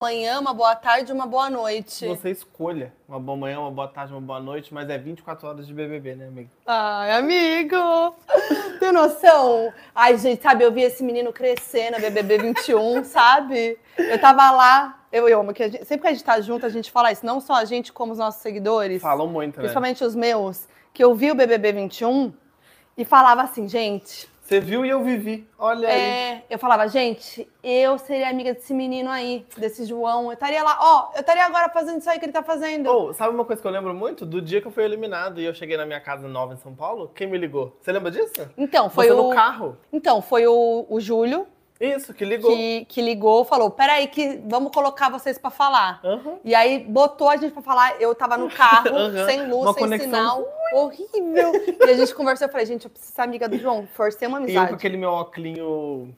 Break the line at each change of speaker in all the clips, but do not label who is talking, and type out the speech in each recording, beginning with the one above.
manhã, uma boa tarde, uma boa noite.
Você escolha uma boa manhã, uma boa tarde, uma boa noite, mas é 24 horas de BBB, né, amigo?
Ai, amigo! Tem noção? Ai, gente, sabe, eu vi esse menino crescer na BBB 21, sabe? Eu tava lá, eu e amo, que a gente- sempre que a gente tá junto, a gente fala isso, não só a gente, como os nossos seguidores.
Falam muito, né?
Principalmente os meus, que eu vi o BBB 21 e falava assim, gente,
Você viu e eu vivi. Olha aí.
é, eu falava, gente, eu seria amiga desse menino aí, desse João, eu estaria lá, ó, eu estaria agora fazendo isso aí que ele tá fazendo.
Ou, sabe uma coisa que eu lembro muito? Do dia que eu fui eliminado e eu cheguei na minha casa nova em São Paulo, quem me ligou? Você lembra disso?
Então, foi
Você
o
no carro.
Então, foi o, o Júlio
Isso, que ligou.
que, que ligou, falou: peraí, que vamos colocar vocês pra falar.
Aham.
E aí botou a gente pra falar, eu tava no carro,
Aham.
sem luz,
Uma
sem
conexão
sinal, horrível. E a gente conversou, eu falei, gente, eu preciso ser amiga do João, forcei uma
E eu com
amizade.
aquele meu óculinho...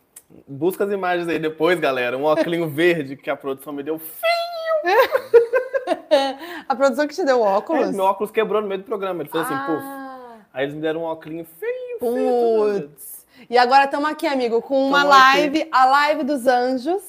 Busca as imagens aí depois, galera. Um óculinho verde que a produção me deu.
A produção que te deu o
É,
óculos.
meu óculos quebrou no meio do programa. Ele fez assim, puf.
ah,
Aí eles me deram um óculinho feio, feio. tudo doido.
putz. E agora estamos aqui, amigo, com uma
Tamo aqui.
live, a live dos anjos.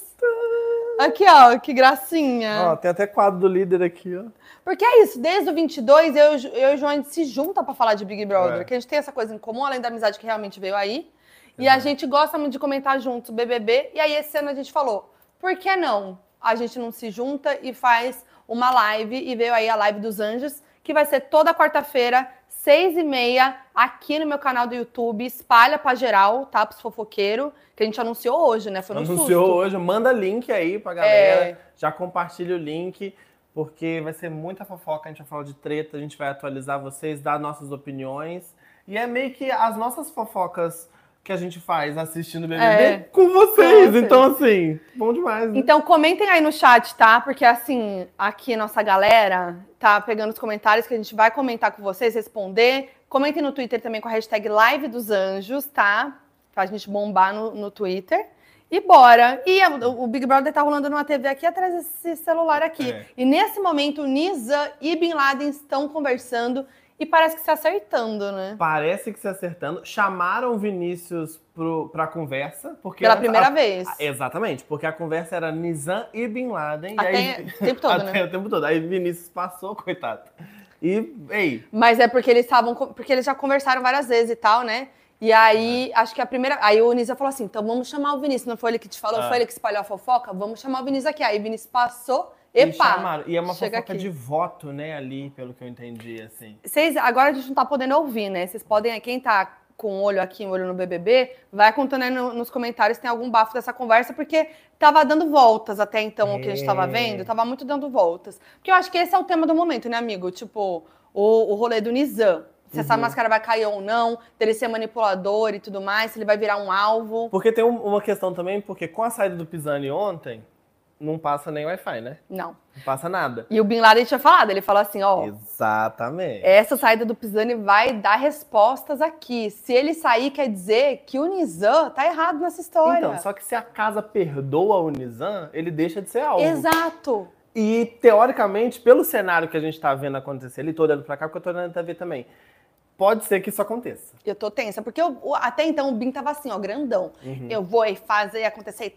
Aqui, ó, que gracinha.
Ó, tem até quadro do líder aqui, ó.
Porque é isso, desde o 22, eu, e o Ju- eu e o João a gente se junta pra falar de Big Brother,
É.
que a gente tem essa coisa em comum, além da amizade que realmente veio aí. E a gente gosta muito de comentar juntos BBB. E aí esse ano a gente falou, por que não? A gente não se junta e faz uma live, e veio aí a Live dos Anjos, que vai ser toda quarta-feira, seis e meia, aqui no meu canal do YouTube. Espalha pra geral, tá? Pros fofoqueiros, que a gente anunciou hoje, né? Foi no
Anunciou
susto. É.
hoje, manda link aí pra galera. Já compartilha o link, porque vai ser muita fofoca, a gente vai falar de treta, a gente vai atualizar vocês, dar nossas opiniões. E é meio que as nossas fofocas que a gente faz assistindo o BBB
É.
com
Com
vocês.
vocês.
Então, assim, bom demais, né?
Então comentem aí no chat, tá? Porque assim, aqui nossa galera tá pegando os comentários que a gente vai comentar com vocês, responder. Comentem no Twitter também com a hashtag Live dos Anjos, tá? Pra gente bombar no, no Twitter. E bora! E a- o Big Brother tá rolando numa TV aqui atrás desse celular aqui.
É.
E nesse momento, Nizam e Bin Laden estão conversando e parece que se acertando, né?
Parece que se acertando. Chamaram o Vinícius pro, pra conversa. Porque
Pela
antes-
primeira
a-
vez.
Exatamente, porque a conversa era Nizam e Bin Laden. e aí-
Até o tempo todo,
até
né?
o tempo todo. Aí Vinícius passou, coitado. E, ei,
Mas é porque eles estavam. co- Porque eles já conversaram várias vezes e tal, né? E aí, acho que a primeira. Aí o Nisa falou assim: então vamos chamar o Vinícius. Não foi ele que te falou,
Ah.
foi ele que espalhou a fofoca? Vamos chamar o Vinícius aqui. Aí o Vinícius passou. Epa!
chamaram. E é uma
chega
fofoca
aqui.
de voto, né, ali, pelo que eu entendi, assim.
Vocês, agora a gente não tá podendo ouvir, né? Vocês podem, quem tá com o olho aqui, o olho no BBB, vai contando aí no- nos comentários se tem algum bafo dessa conversa, porque tava dando voltas até então o que a gente tava
É.
vendo, tava muito dando voltas. Porque eu acho que esse é o tema do momento, né, amigo? Tipo, o, o rolê do Nizam. Se essa
Uhum.
máscara vai cair ou não, dele ser manipulador e tudo mais, se ele vai virar um alvo.
Porque tem um- uma questão também, porque com a saída do Pisani ontem, não passa nem Wi-Fi, né?
Não.
Não passa nada.
E o Bin Laden tinha falado, ele falou assim, ó, É,
Exatamente.
Essa saída do Pisani vai dar respostas aqui. Se ele sair, quer dizer que o Nizam tá errado nessa história.
Então, só que se a casa perdoa o Nizam, ele deixa de ser alvo.
Exato.
E, teoricamente, pelo cenário que a gente tá vendo acontecer ali, tô olhando pra cá, porque eu tô olhando pra ver também, pode ser que isso aconteça.
Eu tô tensa, porque eu- o- até então o Bin tava assim, ó, grandão.
Uhum.
Eu vou e fazer, acontecer, e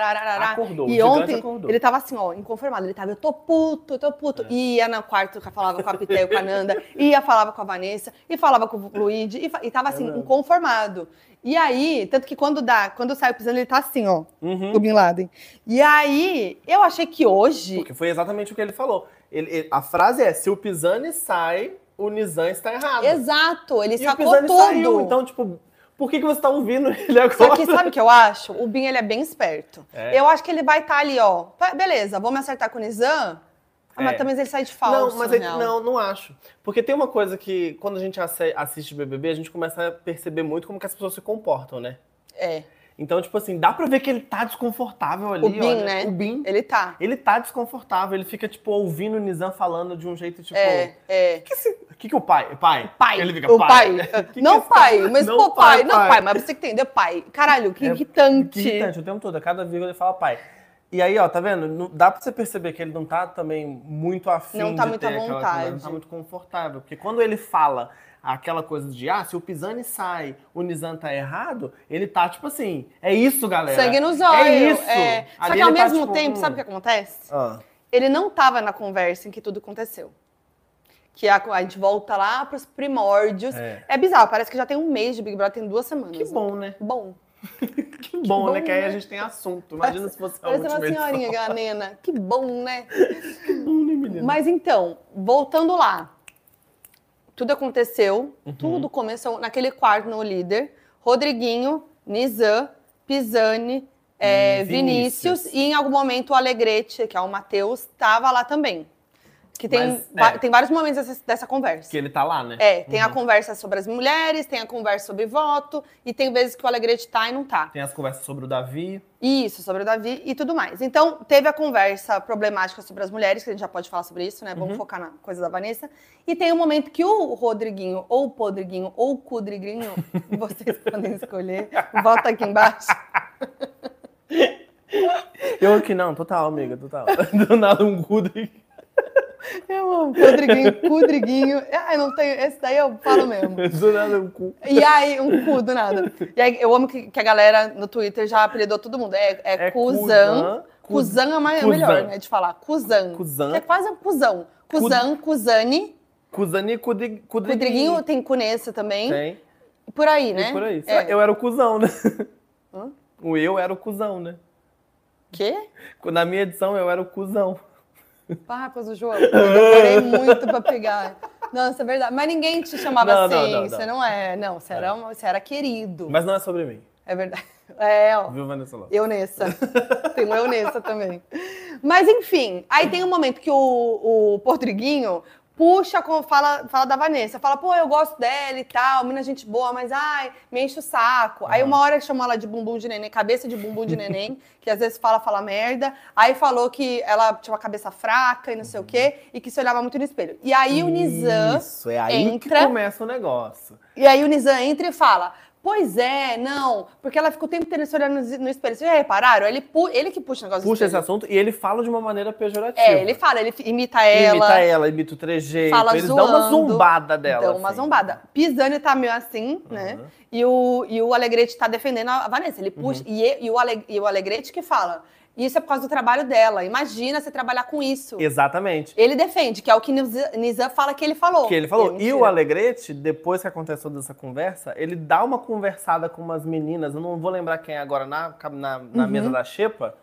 tarararararará.
Acordou, o
E
gigante
ontem
acordou. É.
ele tava assim, ó, inconformado. Ele tava, eu tô puto, eu tô puto. E ia no quarto, falava com a Pitel, com a Nanda, ia, falava com a Vanessa, e falava com o Luigi, e, fa- e tava assim,
mesmo.
inconformado. E aí, tanto que quando dá, quando sai o pisando, ele tá assim, ó.
Uhum.
o Bin Laden. E aí, eu achei que hoje.
Porque foi exatamente o que ele falou. Ele- ele- a frase é: se o Pisani sai, o Nizam está errado.
Exato, ele
E o
sacou
Pisani
tudo.
saiu, então, tipo, por que, que você tá ouvindo ele agora?
Só que sabe o que eu acho? O Bin ele é bem esperto.
É.
Eu acho que ele vai estar ali, ó. "Pá, Beleza, vou me acertar com o Nizam. Ah, mas
É.
também ele sai de falso.
não, mas aí- não, não acho. Porque tem uma coisa que, quando a gente asse- assiste BBB, a gente começa a perceber muito como que as pessoas se comportam, né?
É,
Então, tipo assim, dá pra ver que ele tá desconfortável ali.
O Bin,
olha.
né?
O Bin.
ele tá.
Ele tá desconfortável, ele fica, tipo, ouvindo o Nizam falando de um jeito, tipo...
É, é.
Que se- que, que o pai... Pai.
Pai.
Ele fica,
o pai.
Que que
não
esse-
pai, mas
Não
pô, pai,
pai,
Não
pai.
pai, mas você que entender, pai. Caralho, que
É,
irritante.
Irritante o tempo todo, a cada vírgula ele fala pai. E aí, ó, tá vendo? Não- dá pra você perceber que ele não tá também muito afim
Não tá
de
muito
ter
à
aquela
vontade.
conversa, Não tá muito confortável. Porque quando ele fala, aquela coisa de, ah, se o Pisani sai, o Nizam tá errado, ele tá tipo assim, é isso, galera.
Sangue nos olhos.
É isso.
é. Só
Ali
que ao
ele tá,
mesmo
tipo,
tempo,
hum.
sabe o que acontece?
Ah,
Ele não tava na conversa em que tudo aconteceu. Que a, a gente volta lá pros primórdios. É.
é.
bizarro, parece que já tem um mês de Big Brother, tem duas semanas.
Que bom, né?
Bom.
Que bom, né?
bom,
Que aí
né?
a gente tem assunto. Imagina se fosse a
Parece
última
é uma
edição.
senhorinha, Ganena. Que bom, né?
Que bom, né, menina?
Mas então, voltando lá. Tudo aconteceu,
Uhum.
tudo começou naquele quarto no líder. Rodriguinho, Nizam, Pisani, é,
Hum,
Vinícius.
Vinícius.
e em algum momento o Alegrete, que é o Matheus, estava lá também. Que tem,
Mas,
va-
é.
tem vários momentos dessa, dessa conversa.
Que ele tá lá, né?
É, tem a
Uhum.
conversa sobre as mulheres, tem a conversa sobre voto, e tem vezes que o Alegrete tá e não tá.
Tem as conversas sobre o Davi.
Isso, sobre o Davi e tudo mais. Então, teve a conversa problemática sobre as mulheres, que a gente já pode falar sobre isso, né? Vamos
Uhum.
focar na coisa da Vanessa. E tem um momento que o Rodriguinho, ou o Podriguinho, ou o Cudriguinho, vocês podem escolher, bota aqui embaixo.
Eu que não, total, amiga, total. Do nada um Gudrun.
Eu amo Podriguinho, Cudriguinho. Ai, não tenho. Esse daí eu falo mesmo.
Do nada um cu.
E aí, um cu do nada. E aí, eu amo que, que a galera no Twitter já apelidou todo mundo. É, é, Cuzan.
Cuzan.
Cuzan é mais- é
Cuzan.
melhor, né? De falar. Cuzan. Que é
Cuzan.
quase um cuzão. Cuzan, Cuzani.
Cuzani e é Cudri-
Rodriguinho
Cudriguinho.
tem Cunessa também.
Tem.
Por aí,
E
né?
por aí.
É.
Eu era o cuzão, né?
Hã?
O eu era o cuzão, né?
Quê?
Na minha edição eu era o cuzão.
Farpas do João. Eu demorei muito pra pegar. Nossa, é verdade. Mas ninguém te chamava
Não,
assim.
não, não,
Você
não.
não é. Não, você era, uma- você era querido.
Mas não é sobre mim,
É verdade. É, ó.
viu, Vanessa Lopes?
Eu nessa. Tem um eu nessa também. Mas enfim, aí tem um momento que o, o Portriguinho puxa, com- fala, fala da Vanessa. Fala, pô, eu gosto dela e tal, mina gente boa, mas ai, me enche o saco. Aí
Aham.
uma hora chamou ela de bumbum de neném, cabeça de bumbum de neném, que às vezes fala, fala merda. Aí falou que ela tinha uma cabeça fraca e não sei o quê, e que se olhava muito no espelho. E aí o Nizam
Uhum. Isso, é aí
entra-
que começa o negócio.
e aí o Nizam entra e fala: Pois é, não, porque ela ficou o tempo inteiro se olhando no no espelho. Vocês já repararam? Ele, pu- ele que puxa o negócio do
Puxa esse
espelho.
assunto e ele fala de uma maneira pejorativa.
É, ele fala, ele fi- imita ela.
Imita ela, imita o trejeito.
fala
Eles dão uma
zoando,
zombada dela.
Então, uma
assim.
zombada. Pisani tá meio assim, né?
Aham.
E o, e o Alegrete tá defendendo a Vanessa. Ele puxa.
Uhum.
E, e- e o Ale, e o Alegrete que fala: Isso é por causa do trabalho dela. Imagina você trabalhar com isso.
Exatamente.
Ele defende, que é o que Nizam Nizam fala que ele falou.
Que ele falou.
Que é
e o
mentira.
Alegrete, depois que aconteceu toda essa conversa, ele dá uma conversada com umas meninas, eu não vou lembrar quem é agora, na, na, na
Uhum.
mesa da Xepa,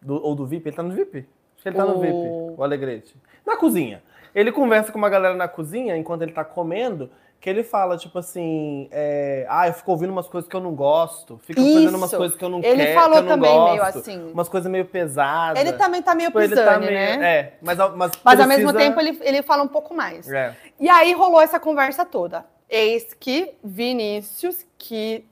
do- ou do VIP. Ele tá no VIP. Acho que ele tá
O-
no VIP, o Alegrete. Na cozinha. Ele conversa com uma galera na cozinha, enquanto ele tá comendo, que ele fala, tipo assim, é, ah, eu fico ouvindo umas coisas que eu não gosto, fico fazendo umas
Isso.
coisas que eu não quero,
Ele
que
falou
eu não
também
gosto,
meio assim.
umas coisas meio pesadas.
Ele também tá meio
Tipo, ele
Pisani,
tá meio-
né?
É, mas, ao- mas,
Mas ao mesmo
precisa-
tempo ele, ele fala um pouco mais.
É.
E aí rolou essa conversa toda. Eis que Vinícius, que.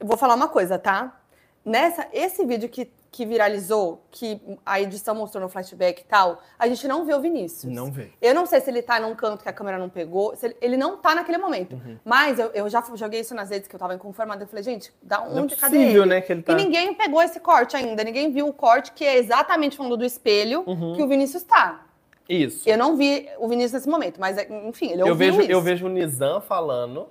Eu vou falar uma coisa, tá? Nessa, esse vídeo que, que viralizou, que a edição mostrou no flashback e tal, a gente não vê o Vinícius.
Não vê.
Eu não sei se ele tá num canto que a câmera não pegou, se ele, ele não tá naquele momento.
Uhum.
Mas eu, eu já joguei isso nas redes que eu tava inconformada. Eu falei, gente, dá um
Não é
de cada ele.
possível, né, que ele tá...
E ninguém pegou esse corte ainda, ninguém viu o corte que é exatamente falando do espelho
Uhum.
que o Vinícius tá.
Isso.
Eu não vi o Vinícius nesse momento, mas é, enfim, ele
Eu,
ouviu
vejo,
isso.
eu vejo o Nizam falando.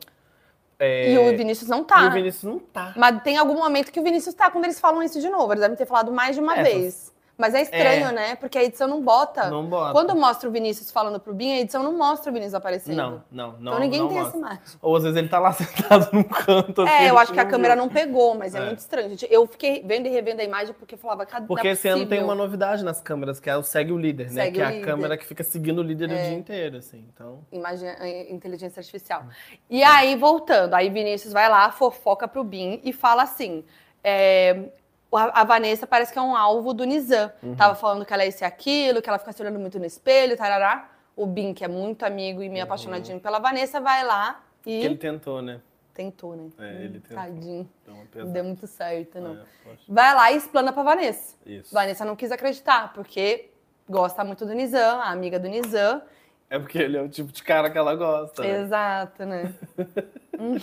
é,
E o Vinícius não tá.
e o Vinícius não tá.
Mas tem algum momento que o Vinícius tá quando eles falam isso de novo. Eles devem ter falado mais de uma
É,
vez. Mas é estranho,
É.
né? Porque a edição não bota.
Não bota.
Tá. Quando mostra o Vinícius falando pro Binho, a edição não mostra o Vinícius aparecendo.
Não, não, não.
então ninguém
não
tem essa
mostra.
imagem.
Ou às vezes ele tá lá sentado num canto. assim,
É, eu acho que a
não
câmera
viu.
não pegou, mas é,
É.
muito estranho, gente. Eu fiquei vendo e revendo a imagem porque eu falava, cadê?
Porque
não é
esse ano tem
possível.
uma novidade nas câmeras, que é o Segue o Líder, né?
Segue
que
o
é a
Líder. É.
câmera que fica seguindo o líder o dia inteiro, assim. Então.
imagem, eh, inteligência
Hum.
artificial. E aí, voltando, aí Vinícius vai lá, fofoca pro Bin e fala assim: é, a, a Vanessa parece que é um alvo do Nizam.
Uhum.
Tava falando que ela é isso e aquilo, que ela fica se olhando muito no espelho, tarará. O Bin, que é muito amigo e meio apaixonadinho pela Vanessa, vai lá e
Que Uhum. ele tentou, né?
tentou, né?
É, ele tentou.
Tadinho,
Então, é
não
pesado.
deu muito certo, não.
É, poxa.
Vai lá e explana pra Vanessa.
Isso.
Vanessa não quis acreditar, porque gosta muito do Nizam, a amiga do Nizam.
É porque ele é o tipo de cara que ela gosta. né?
Exato, né? Hum.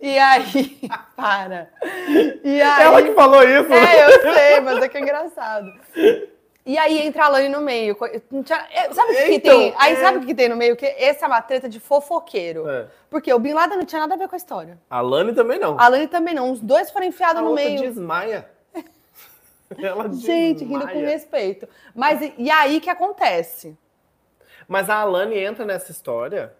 e aí, para. E aí,
Ela que falou isso, né?
é, eu sei, mas é que é engraçado. E aí entra a Lani no meio. Co- não tinha- é, Sabe o que, que
Então,
tem? Aí
é.
sabe o que que tem no meio? Que essa é uma treta de fofoqueiro.
É.
Porque o Bin Laden não tinha nada a ver com a história.
A Lani também não.
A Lani também não. Os dois foram enfiados
A
no
outra
meio.
desmaia. Ela
Gente, rindo com
desmaia.
respeito. Mas e, e aí que acontece?
Mas a Alane entra nessa história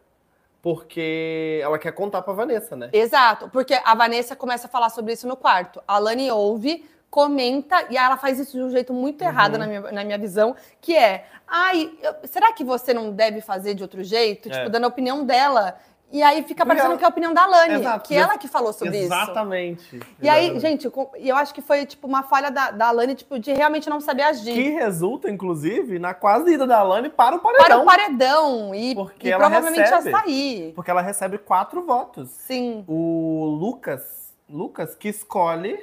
porque ela quer contar pra Vanessa, né?
Exato, porque a Vanessa começa a falar sobre isso no quarto. A Lani ouve, comenta, e aí ela faz isso de um jeito muito
Uhum.
errado na minha, na minha visão, que é, ai, eu- será que você não deve fazer de outro jeito?
É.
Tipo, dando a opinião dela. E aí fica
Porque
parecendo
ela-
que é a opinião da Lani,
Exato,
que
ex-
ela que falou sobre isso.
exatamente.
E aí,
exatamente.
gente, com- e eu acho que foi tipo uma falha da, da Lani, tipo, de realmente não saber agir.
Que resulta, inclusive, na quase ida da Alane para o paredão.
Para o paredão e,
Porque
e
ela
provavelmente
recebe.
ia sair.
Porque ela recebe quatro votos.
Sim.
O Lucas, Lucas que escolhe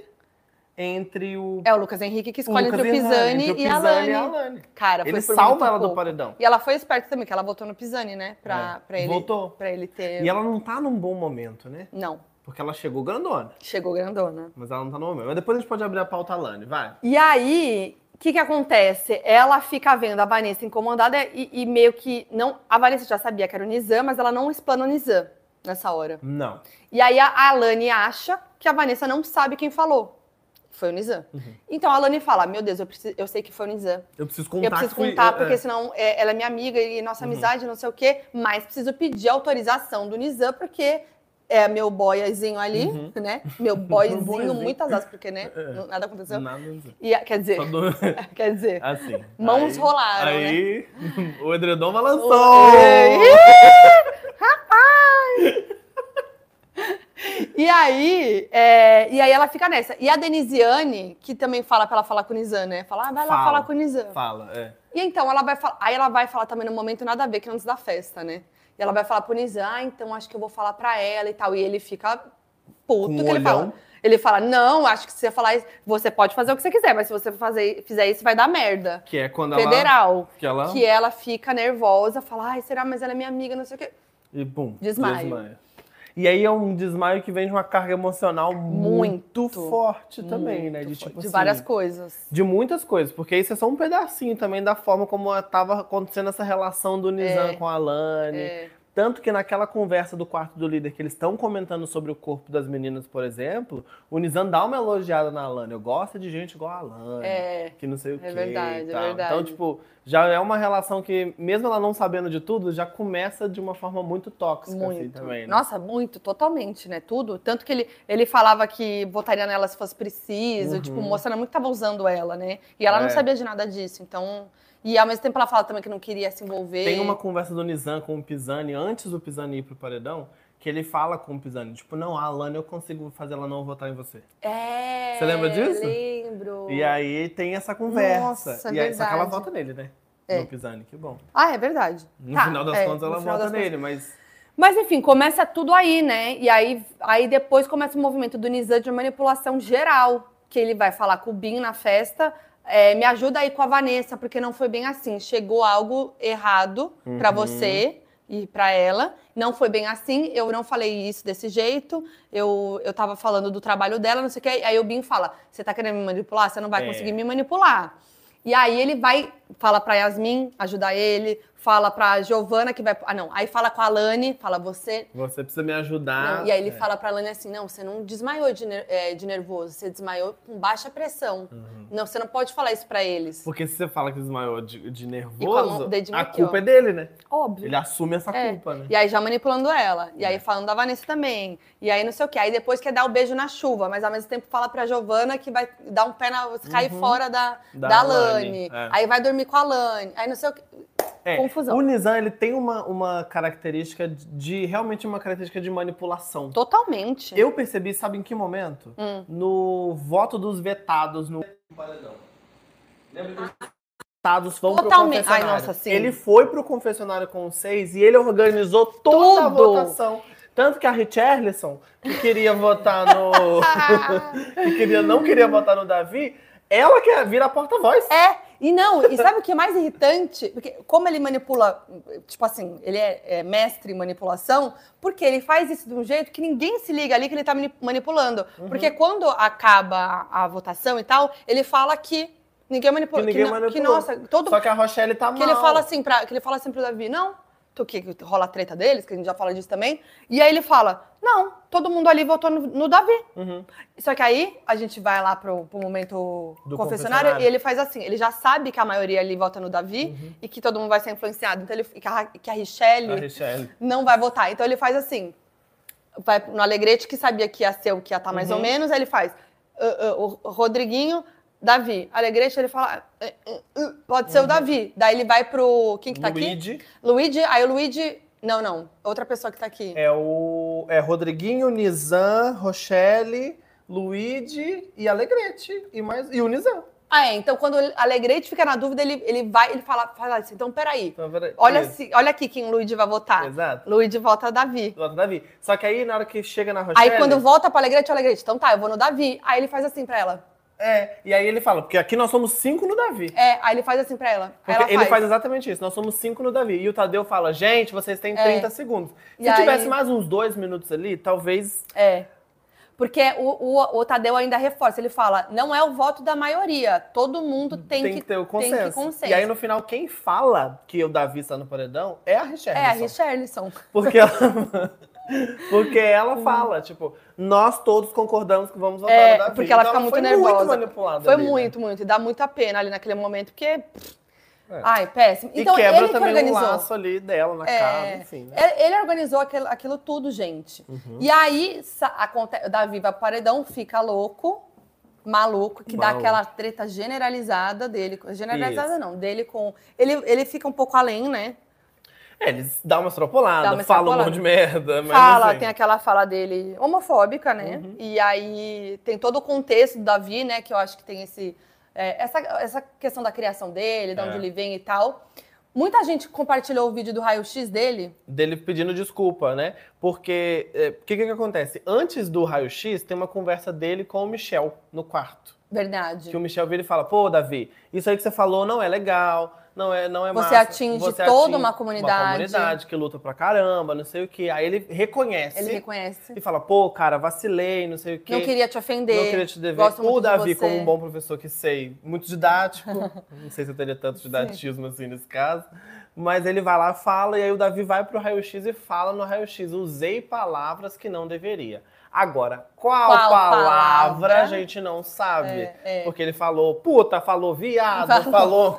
entre o,
É o Lucas Henrique que escolhe
Lucas
entre o
e a Alane,
Pisani
entre o
e a
Pisani e a
Lani.
Alane.
Cara, foi
Ele
por
salva
muito
ela do
pouco.
paredão.
E ela foi esperta também, que ela votou no Pisani, né? Pra, pra, ele,
Voltou.
pra ele ter.
É. E ela não tá num bom momento, né?
Não,
Porque ela chegou grandona,
chegou grandona.
mas ela não tá no momento. Mas depois a gente pode abrir a pauta Alane, vai.
E aí, o que que acontece? Ela fica vendo a Vanessa incomodada e, e meio que não. A Vanessa já sabia que era o Nizam, mas ela não explana o Nizam nessa hora.
Não.
E aí a a Alane acha que a Vanessa não sabe quem falou. Foi o Nizam.
Uhum.
Então a Alane fala: Meu Deus, eu, preciso- eu sei que foi o Nizam.
Eu preciso
Eu
contar.
preciso
que foi-
contar,
é,
porque senão é, ela é minha amiga e nossa
Uhum.
amizade, não sei o quê, mas preciso pedir autorização do Nizam, porque é meu boiazinho ali,
Uhum.
né? Meu boizinho,
boiazinho.
muitas asas, porque, né?
É.
não- Nada aconteceu.
Nada. assim.
E, quer dizer,
Só do...
quer dizer,
Assim.
mãos
aí,
rolaram, né?
Aí o edredom balançou.
E aí, é, e aí ela fica nessa. E a Denisiane, que também fala pra ela falar com o Nizam, né? Fala, ah, vai lá
Fala.
falar com o Nizam.
Fala, é.
E então ela vai falar, aí ela vai falar também no momento nada a ver que é antes da festa, né? E ela vai falar pro Nizam, ah, então acho que eu vou falar pra ela e tal. E ele fica puto
Com
que
o
ele fala.
olhão.
Ele fala: "Não, acho que se você falar isso, você pode fazer o que você quiser, mas se você fazer, fizer isso vai dar merda".
Que é quando ela.
Federal.
Que ela.
Que é ela fica nervosa, fala: "Ai, será, mas ela é minha amiga, não sei o quê".
E pum.
Desmaio.
E aí é um desmaio que vem de uma carga emocional muito,
Muito.
forte também, né? De,
Muito
tipo,
forte. de
assim,
várias coisas.
De muitas coisas, porque isso é só um pedacinho também da forma como estava acontecendo essa relação do Nizam
É.
com a Alane.
É.
Tanto que naquela conversa do quarto do líder que eles estão comentando sobre o corpo das meninas, por exemplo, o Nizam dá uma elogiada na Alane. Eu gosto de gente igual a Alane.
É.
Que não sei o
É
quê.
verdade, é
e tal.
verdade.
Então, tipo, já é uma relação que, mesmo ela não sabendo de tudo, já começa de uma forma muito tóxica, assim,
Muito.
também. né?
Nossa, muito, totalmente, né? Tudo. Tanto que ele, ele falava que votaria nela se fosse preciso,
Uhum.
tipo, mostrando muito que tava usando ela, né? E ela não
É.
sabia de nada disso. Então. E ao mesmo tempo ela fala também que não queria se envolver.
Tem uma conversa do Nizam com o Pisani, antes do Pisani ir pro paredão, que ele fala com o Pisani, tipo, não, a Alane eu consigo fazer ela não votar em você.
É.
Você lembra disso?
Lembro.
E aí tem essa conversa.
Nossa, é
e aí, Só que ela
verdade.
vota nele, né?
É.
No Pisani, que bom.
Ah, é verdade.
No
Tá,
final das
é,
contas,
no
ela
final
vota
das contas.
nele, mas.
Mas enfim, começa tudo aí, né? E aí, aí depois começa o movimento do Nizam de manipulação geral, que ele vai falar com o Bin na festa. é, me ajuda aí com a Vanessa, porque não foi bem assim. Chegou algo errado pra
Uhum.
você e pra ela. Não foi bem assim. Eu não falei isso desse jeito. Eu, eu tava falando do trabalho dela, não sei o que. Aí o Bin fala: Você tá querendo me manipular? Você não vai
É.
conseguir me manipular. E aí ele vai, fala pra Yasmin ajudar ele, fala pra Giovana que vai. Ah, não. Aí fala com a Lani, fala você.
Você precisa me ajudar.
não. E aí ele
É.
fala pra Lani assim: não, você não desmaiou de, ner- eh, de nervoso, você desmaiou com baixa pressão.
Uhum.
Não, você não pode falar isso pra eles.
Porque se você fala que desmaiou de, de
assim, E com a mão-
nervoso,
o dedinho
a,
aqui,
culpa
ó.
é dele, né?
Óbvio.
Ele assume essa
É.
culpa, né?
E aí já manipulando ela. E aí
É.
falando da Vanessa também. E aí não sei o quê. Aí depois quer dar o beijo na chuva, mas ao mesmo tempo fala pra Giovana que vai dar um pé na. cair
Uhum.
fora da, da,
Da
Lani.
Lani, é.
Aí vai dormir com a Lani. Aí não sei o quê.
É,
Confusão.
O Nizam, ele tem uma, uma característica de- de. Realmente uma característica de manipulação.
Totalmente.
Eu percebi, sabe em que momento?
Hum.
No voto dos vetados no paredão. Lembra que os vetados vão
Ah. Totalmente.
pro confessionário?
Ai, nossa, sim.
Ele foi pro confessionário com os seis e ele organizou
Tudo.
toda a votação. Tanto que a Richarlison, que queria votar no. que queria, não queria votar no Davi, ela quer vira a porta-voz.
É, e não, e sabe o que é mais irritante? Porque como ele manipula, tipo assim, ele é, é mestre em manipulação, porque ele faz isso de um jeito que ninguém se liga ali que ele tá
Uhum.
mani- manipulando. Porque quando acaba a, a votação e tal, ele fala que Ninguém manipulou.
Que ninguém
na-
manipulou.
nossa, todo
Só que a Rochelle tá
que
mal.
ele fala assim para que ele fala assim pro Davi, não, tu que que rola a treta deles, que a gente já fala disso também. E aí ele fala: "Não, todo mundo ali votou no, no Davi".
Uhum.
Só que aí a gente vai lá pro, pro momento confessionário,
Do confessionário. Uhum.
e ele faz assim, ele já sabe que a maioria ali vota no Davi e que todo mundo vai ser influenciado, então ele e que a, Ra- que a Richelle
A Rochelle.
não vai votar. Então ele faz assim: vai no Alegrete, que sabia que ia ser o que ia estar mais
Uhum.
ou menos, aí ele faz "Ah, ah, o Rodriguinho, Davi. Alegrete, ele fala: "Ah, ah, ah, pode ser o Davi. Daí ele vai pro. Quem que tá aqui?
Uhum. Luigi
Luigi. Aí o Luigi. Não, não. Outra pessoa que tá aqui.
é o é Rodriguinho, Nizam, Rochelle, Luigi e Alegrete e mais e o Nizam.
Ah, é. Então quando o Alegrete fica na dúvida, ele, ele vai, ele fala, fala assim: então peraí.
Então, peraí.
Olha,
Isso.
se, olha aqui quem o Luigi vai votar.
Exato.
Luigi vota Davi.
Volta Davi. Só que aí na hora que é, né? chega na Rochelle,
Aí quando volta pro Alegrete, o Alegrete, então tá, eu vou no Davi. Aí ele faz assim pra ela.
é, e aí ele fala, porque aqui nós somos cinco no Davi.
É, aí ele faz assim pra ela. Aí
Porque
ela
ele faz. exatamente isso. Nós somos cinco no Davi. E o Tadeu fala, gente, vocês têm 30 segundos. Se
É. E aí-
tivesse mais uns dois minutos ali, talvez.
É. Porque o, o, o Tadeu ainda reforça, ele fala, não é o voto da maioria, todo mundo tem,
Tem, que ter o consenso.
Tem que consenso.
E aí, no final, quem fala que o Davi está no paredão é a Richelle.
É, a
só.
Richarlison.
Porque ela, porque ela fala, tipo, nós todos concordamos que vamos votar
Hum. É,
no Davi.
porque ela
Então,
fica muito
foi
nervosa.
muito manipulada.
Foi
ali, né?
muito, muito. E dá muita pena ali naquele momento, porque... pff,
É.
Ai, péssimo.
E
Então,
quebra
ele que
também
organizou.
o laço ali dela na
É.
casa, enfim. Né?
Ele, ele organizou aquilo, aquilo tudo, gente.
Uhum.
E aí, sa- aconte- o Davi vai pro paredão, fica louco, maluco, que dá
Maluco.
aquela treta generalizada dele. com- Generalizada
Isso.
não, dele com... Ele, ele fica um pouco além, né?
É, eles dão uma estropolada,
Dá uma
falam um
estropolada.
monte de merda, mas
fala,
assim, Uhum.
tem aquela fala dele homofóbica, né? E aí tem todo o contexto do Davi, né? Que eu acho que tem esse, é, essa, essa questão da criação dele, de
É.
onde ele vem e tal. Muita gente compartilhou o vídeo do raio-x dele.
dele pedindo desculpa, né? Porque é, o que, que que acontece? Antes do raio-x, tem uma conversa dele com o Michel no quarto.
Verdade.
Que o Michel vira e fala: pô, Davi, isso aí que você falou não é legal, não é, não é
Você
massa,
atinge toda uma
Uma
comunidade."
comunidade que luta pra caramba, não sei o quê. Aí ele reconhece
Ele reconhece.
e fala: pô, cara, vacilei, não sei o quê.
Não queria te ofender.
Não queria te dever.
Gosto muito
o
de
Davi,
você.
como um bom professor que sei, muito didático. não sei se eu teria tanto didatismo assim nesse caso. Mas ele vai lá, fala, e aí o Davi vai pro raio-x e fala no raio-x. Usei palavras que não deveria. Agora, qual,
Qual
palavra,
palavra?
a gente não sabe?
É, é.
Porque ele falou puta, falou viado, falou
Falou.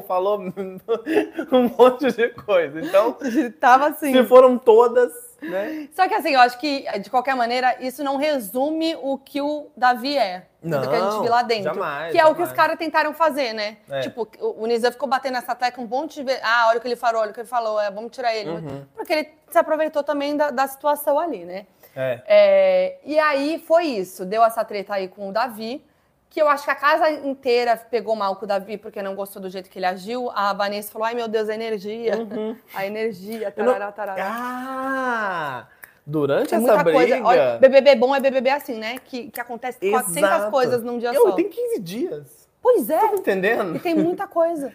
cu, falou um monte de coisa. Então,
Ele Tava assim.
se foram todas, né?
Só que assim, eu acho que, de qualquer maneira, isso não resume o que o Davi é. do que a gente
Não,
viu lá dentro.
jamais,
que é o que
jamais.
os caras tentaram fazer, né?
É.
Tipo, o o Nizam ficou batendo nessa tecla um monte de vezes. Ah, olha o que ele falou, olha o que ele falou, é, vamos tirar ele.
Uhum.
Porque ele se aproveitou também da, da situação ali, né?
É.
É, e aí foi isso. Deu essa treta aí com o Davi, que eu acho que a casa inteira pegou mal com o Davi porque não gostou do jeito que ele agiu. A Vanessa falou: ai meu Deus, a energia. A energia,
Uhum. Eu não- É
tarará, tarará.
Ah! Durante
É
essa
muita
briga.
coisa. Olha, BBB bom é BBB assim, né? Que, que acontece 400
Exato.
coisas num dia
eu,
só.
Tem 15 dias.
Pois é,
Tá me
e
entendendo?
tem muita coisa.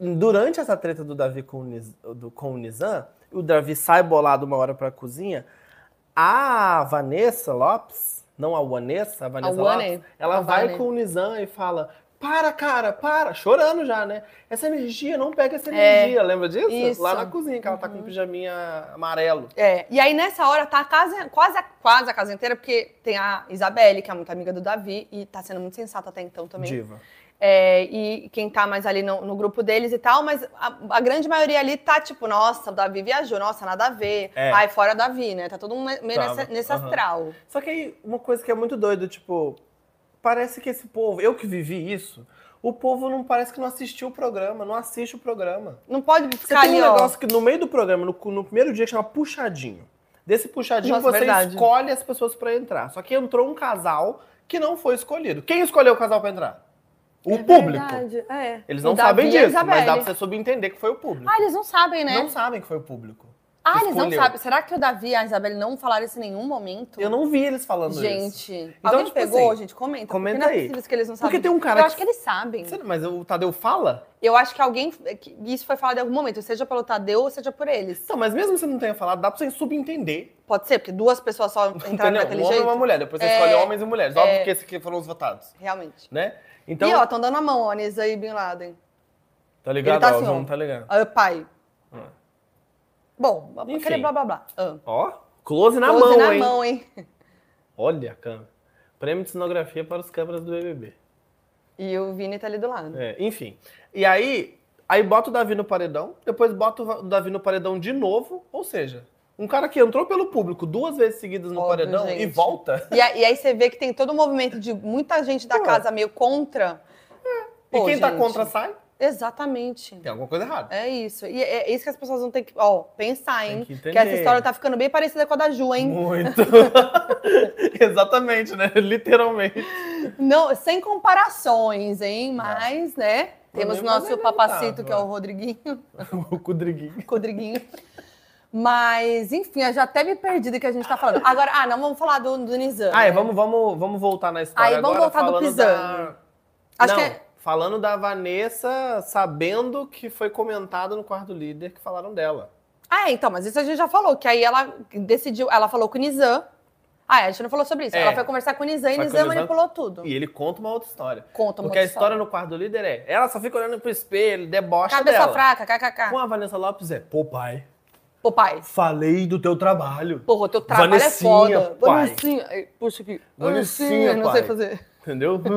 Durante essa treta do Davi com o, Niz, do- com o Nizam, o Davi sai bolado uma hora pra cozinha. A Vanessa Lopes, não a Vanessa, a Vanessa
Wane.
Lopes, ela
A
vai
Vane.
com o Nizam e fala: Para, cara, para! Chorando já, né? Essa energia, não pega essa
É.
energia. Lembra disso?
Isso. Uhum.
Lá na cozinha, que ela tá com o pijaminha amarelo.
É, e aí nessa hora tá a casa, quase, a- quase a casa inteira, porque tem a Isabelle, que é muito amiga do Davi, e tá sendo muito sensata até então também.
Diva.
É, e quem tá mais ali no, no grupo deles e tal, mas a, a grande maioria ali tá tipo, nossa, o Davi viajou, nossa, nada a ver.
É.
Ai, fora Davi, né? Tá todo mundo meio
Tava,
nessa- nesse
aham.
astral.
Só que aí, uma coisa que é muito doida, tipo, parece que esse povo, eu que vivi isso, o povo não parece que não assistiu o programa, não assiste o programa.
Não pode
Você
ficar ali,
tem um
ó.
negócio que no meio do programa, no, no primeiro dia, que chama puxadinho. Desse puxadinho
Nossa,
você
verdade.
escolhe as pessoas pra entrar. Só que entrou um casal que não foi escolhido. Quem escolheu o casal pra entrar? O
É
público.
verdade, é.
Eles
O
não
Davi
sabem
e a
disso, mas dá
Isabelle.
pra você subentender que foi o público.
Ah, eles não sabem, né?
Não sabem que foi o público.
Ah, eles não
escolheu.
sabem. Será que o Davi e a Isabelle não falaram isso em nenhum momento?
Eu não vi eles falando isso.
Então. Gente,
Então,
alguém
tipo
pegou,
assim,
gente? Comenta. porque
comenta
não é
aí.
possível que eles não sabem.
Porque tem um cara
Eu
que-
acho que eles sabem.
Sério, Mas o Tadeu fala?
Eu acho que alguém. que Isso foi falado em algum momento, seja pelo Tadeu ou seja por eles.
Então, mas mesmo que você não tenha falado, dá pra você subentender.
Pode ser, porque duas pessoas só entraram
Entendeu?
daquele
Um homem e
jeito.
uma mulher. Depois você
É,
escolhe homens e mulheres.
é.
Óbvio que esses aqui foram os votados,
Realmente.
né? Então,
E ó, estão dando a mão, ó, Nisa e Bin Laden.
tá ligado?
ele tá
ó,
assim, ó.
não tá ligado.
Ah, pai.
Ah.
Bom, aquele
Enfim.
blá blá blá. Ah.
Ó, close na
Close
mão,
na
hein?
mão, hein?
Olha a câmera. Prêmio de cenografia para os câmeras do BBB.
E o Vini tá ali do lado.
É, enfim. E aí, aí bota o Davi no paredão, depois bota o Va- o Davi no paredão de novo, ou seja, um cara que entrou pelo público duas vezes seguidas no
Óbvio,
paredão e
gente.
volta.
E, a- e aí você vê que tem todo o movimento de muita gente da
É. Pô.
casa meio contra.
e
Pô,
quem tá
gente.
contra sai,
Exatamente.
tem alguma coisa errada.
É isso. E é é isso que as pessoas vão ter que, ó, pensar,
Tem
hein?
que
Que,
entender.
essa história tá ficando bem parecida com a da Ju, hein?
Muito. Exatamente, né? Literalmente.
Não, sem comparações, hein? Mas, né? Temos
Problema
nosso
inevitável,
papacito, que é o
é.
Rodriguinho.
o Cudriguinho.
Rodriguinho. Mas, enfim, eu já até me perdi do que a gente tá falando. Agora, ah, não, vamos falar do, do Nizam.
Ah, é,
né?
vamos, vamos, vamos voltar na história
Aí, vamos
agora,
voltar do
falando
Pisani.
da-
Acho
Não,
que é-
falando da Vanessa, sabendo que foi comentado no quarto líder que falaram dela.
Ah, é, então, mas isso a gente já falou, que aí ela decidiu, ela falou com o Nizam. Ah, é, a gente não falou sobre isso.
É.
Ela foi conversar com o Nizam e
Só que o
Nizam
Nizam-
manipulou tudo.
E ele conta uma outra história.
Então. Conta uma
Porque a
outra
história no quarto do líder é, ela só fica olhando pro espelho, debocha
Cabeça
dela.
fraca,
Com
kkk.
a Vanessa Lopes é, pô pai,
Pô, pai.
falei do teu trabalho.
Porra, o teu trabalho
Vanessinha,
é foda.
pai.
Vanessinha. Ai, Puxa aqui.
Vanessinha,
não sei
pai.
fazer.
Entendeu?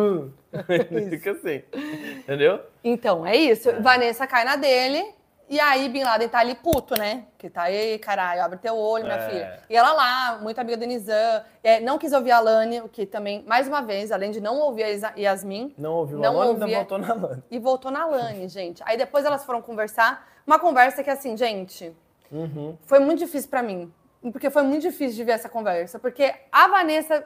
Hum. Fica assim, entendeu?
Então, é isso. Vanessa cai na dele. E aí, Bin Laden tá ali puto, né? Que tá aí, caralho, abre teu olho, minha
É.
filha. E ela lá, muito amiga do Nizam. é, não quis ouvir a Lani, o que também, mais uma vez, além de não ouvir a Isa- Yasmin,
Não ouviu
Não
a Lana, ainda
ouvia.
voltou na Lana.
e voltou na Lani, gente. Aí depois elas foram conversar. Uma conversa que, assim, gente,
Uhum.
foi muito difícil pra mim. Porque foi muito difícil de ver essa conversa. Porque a Vanessa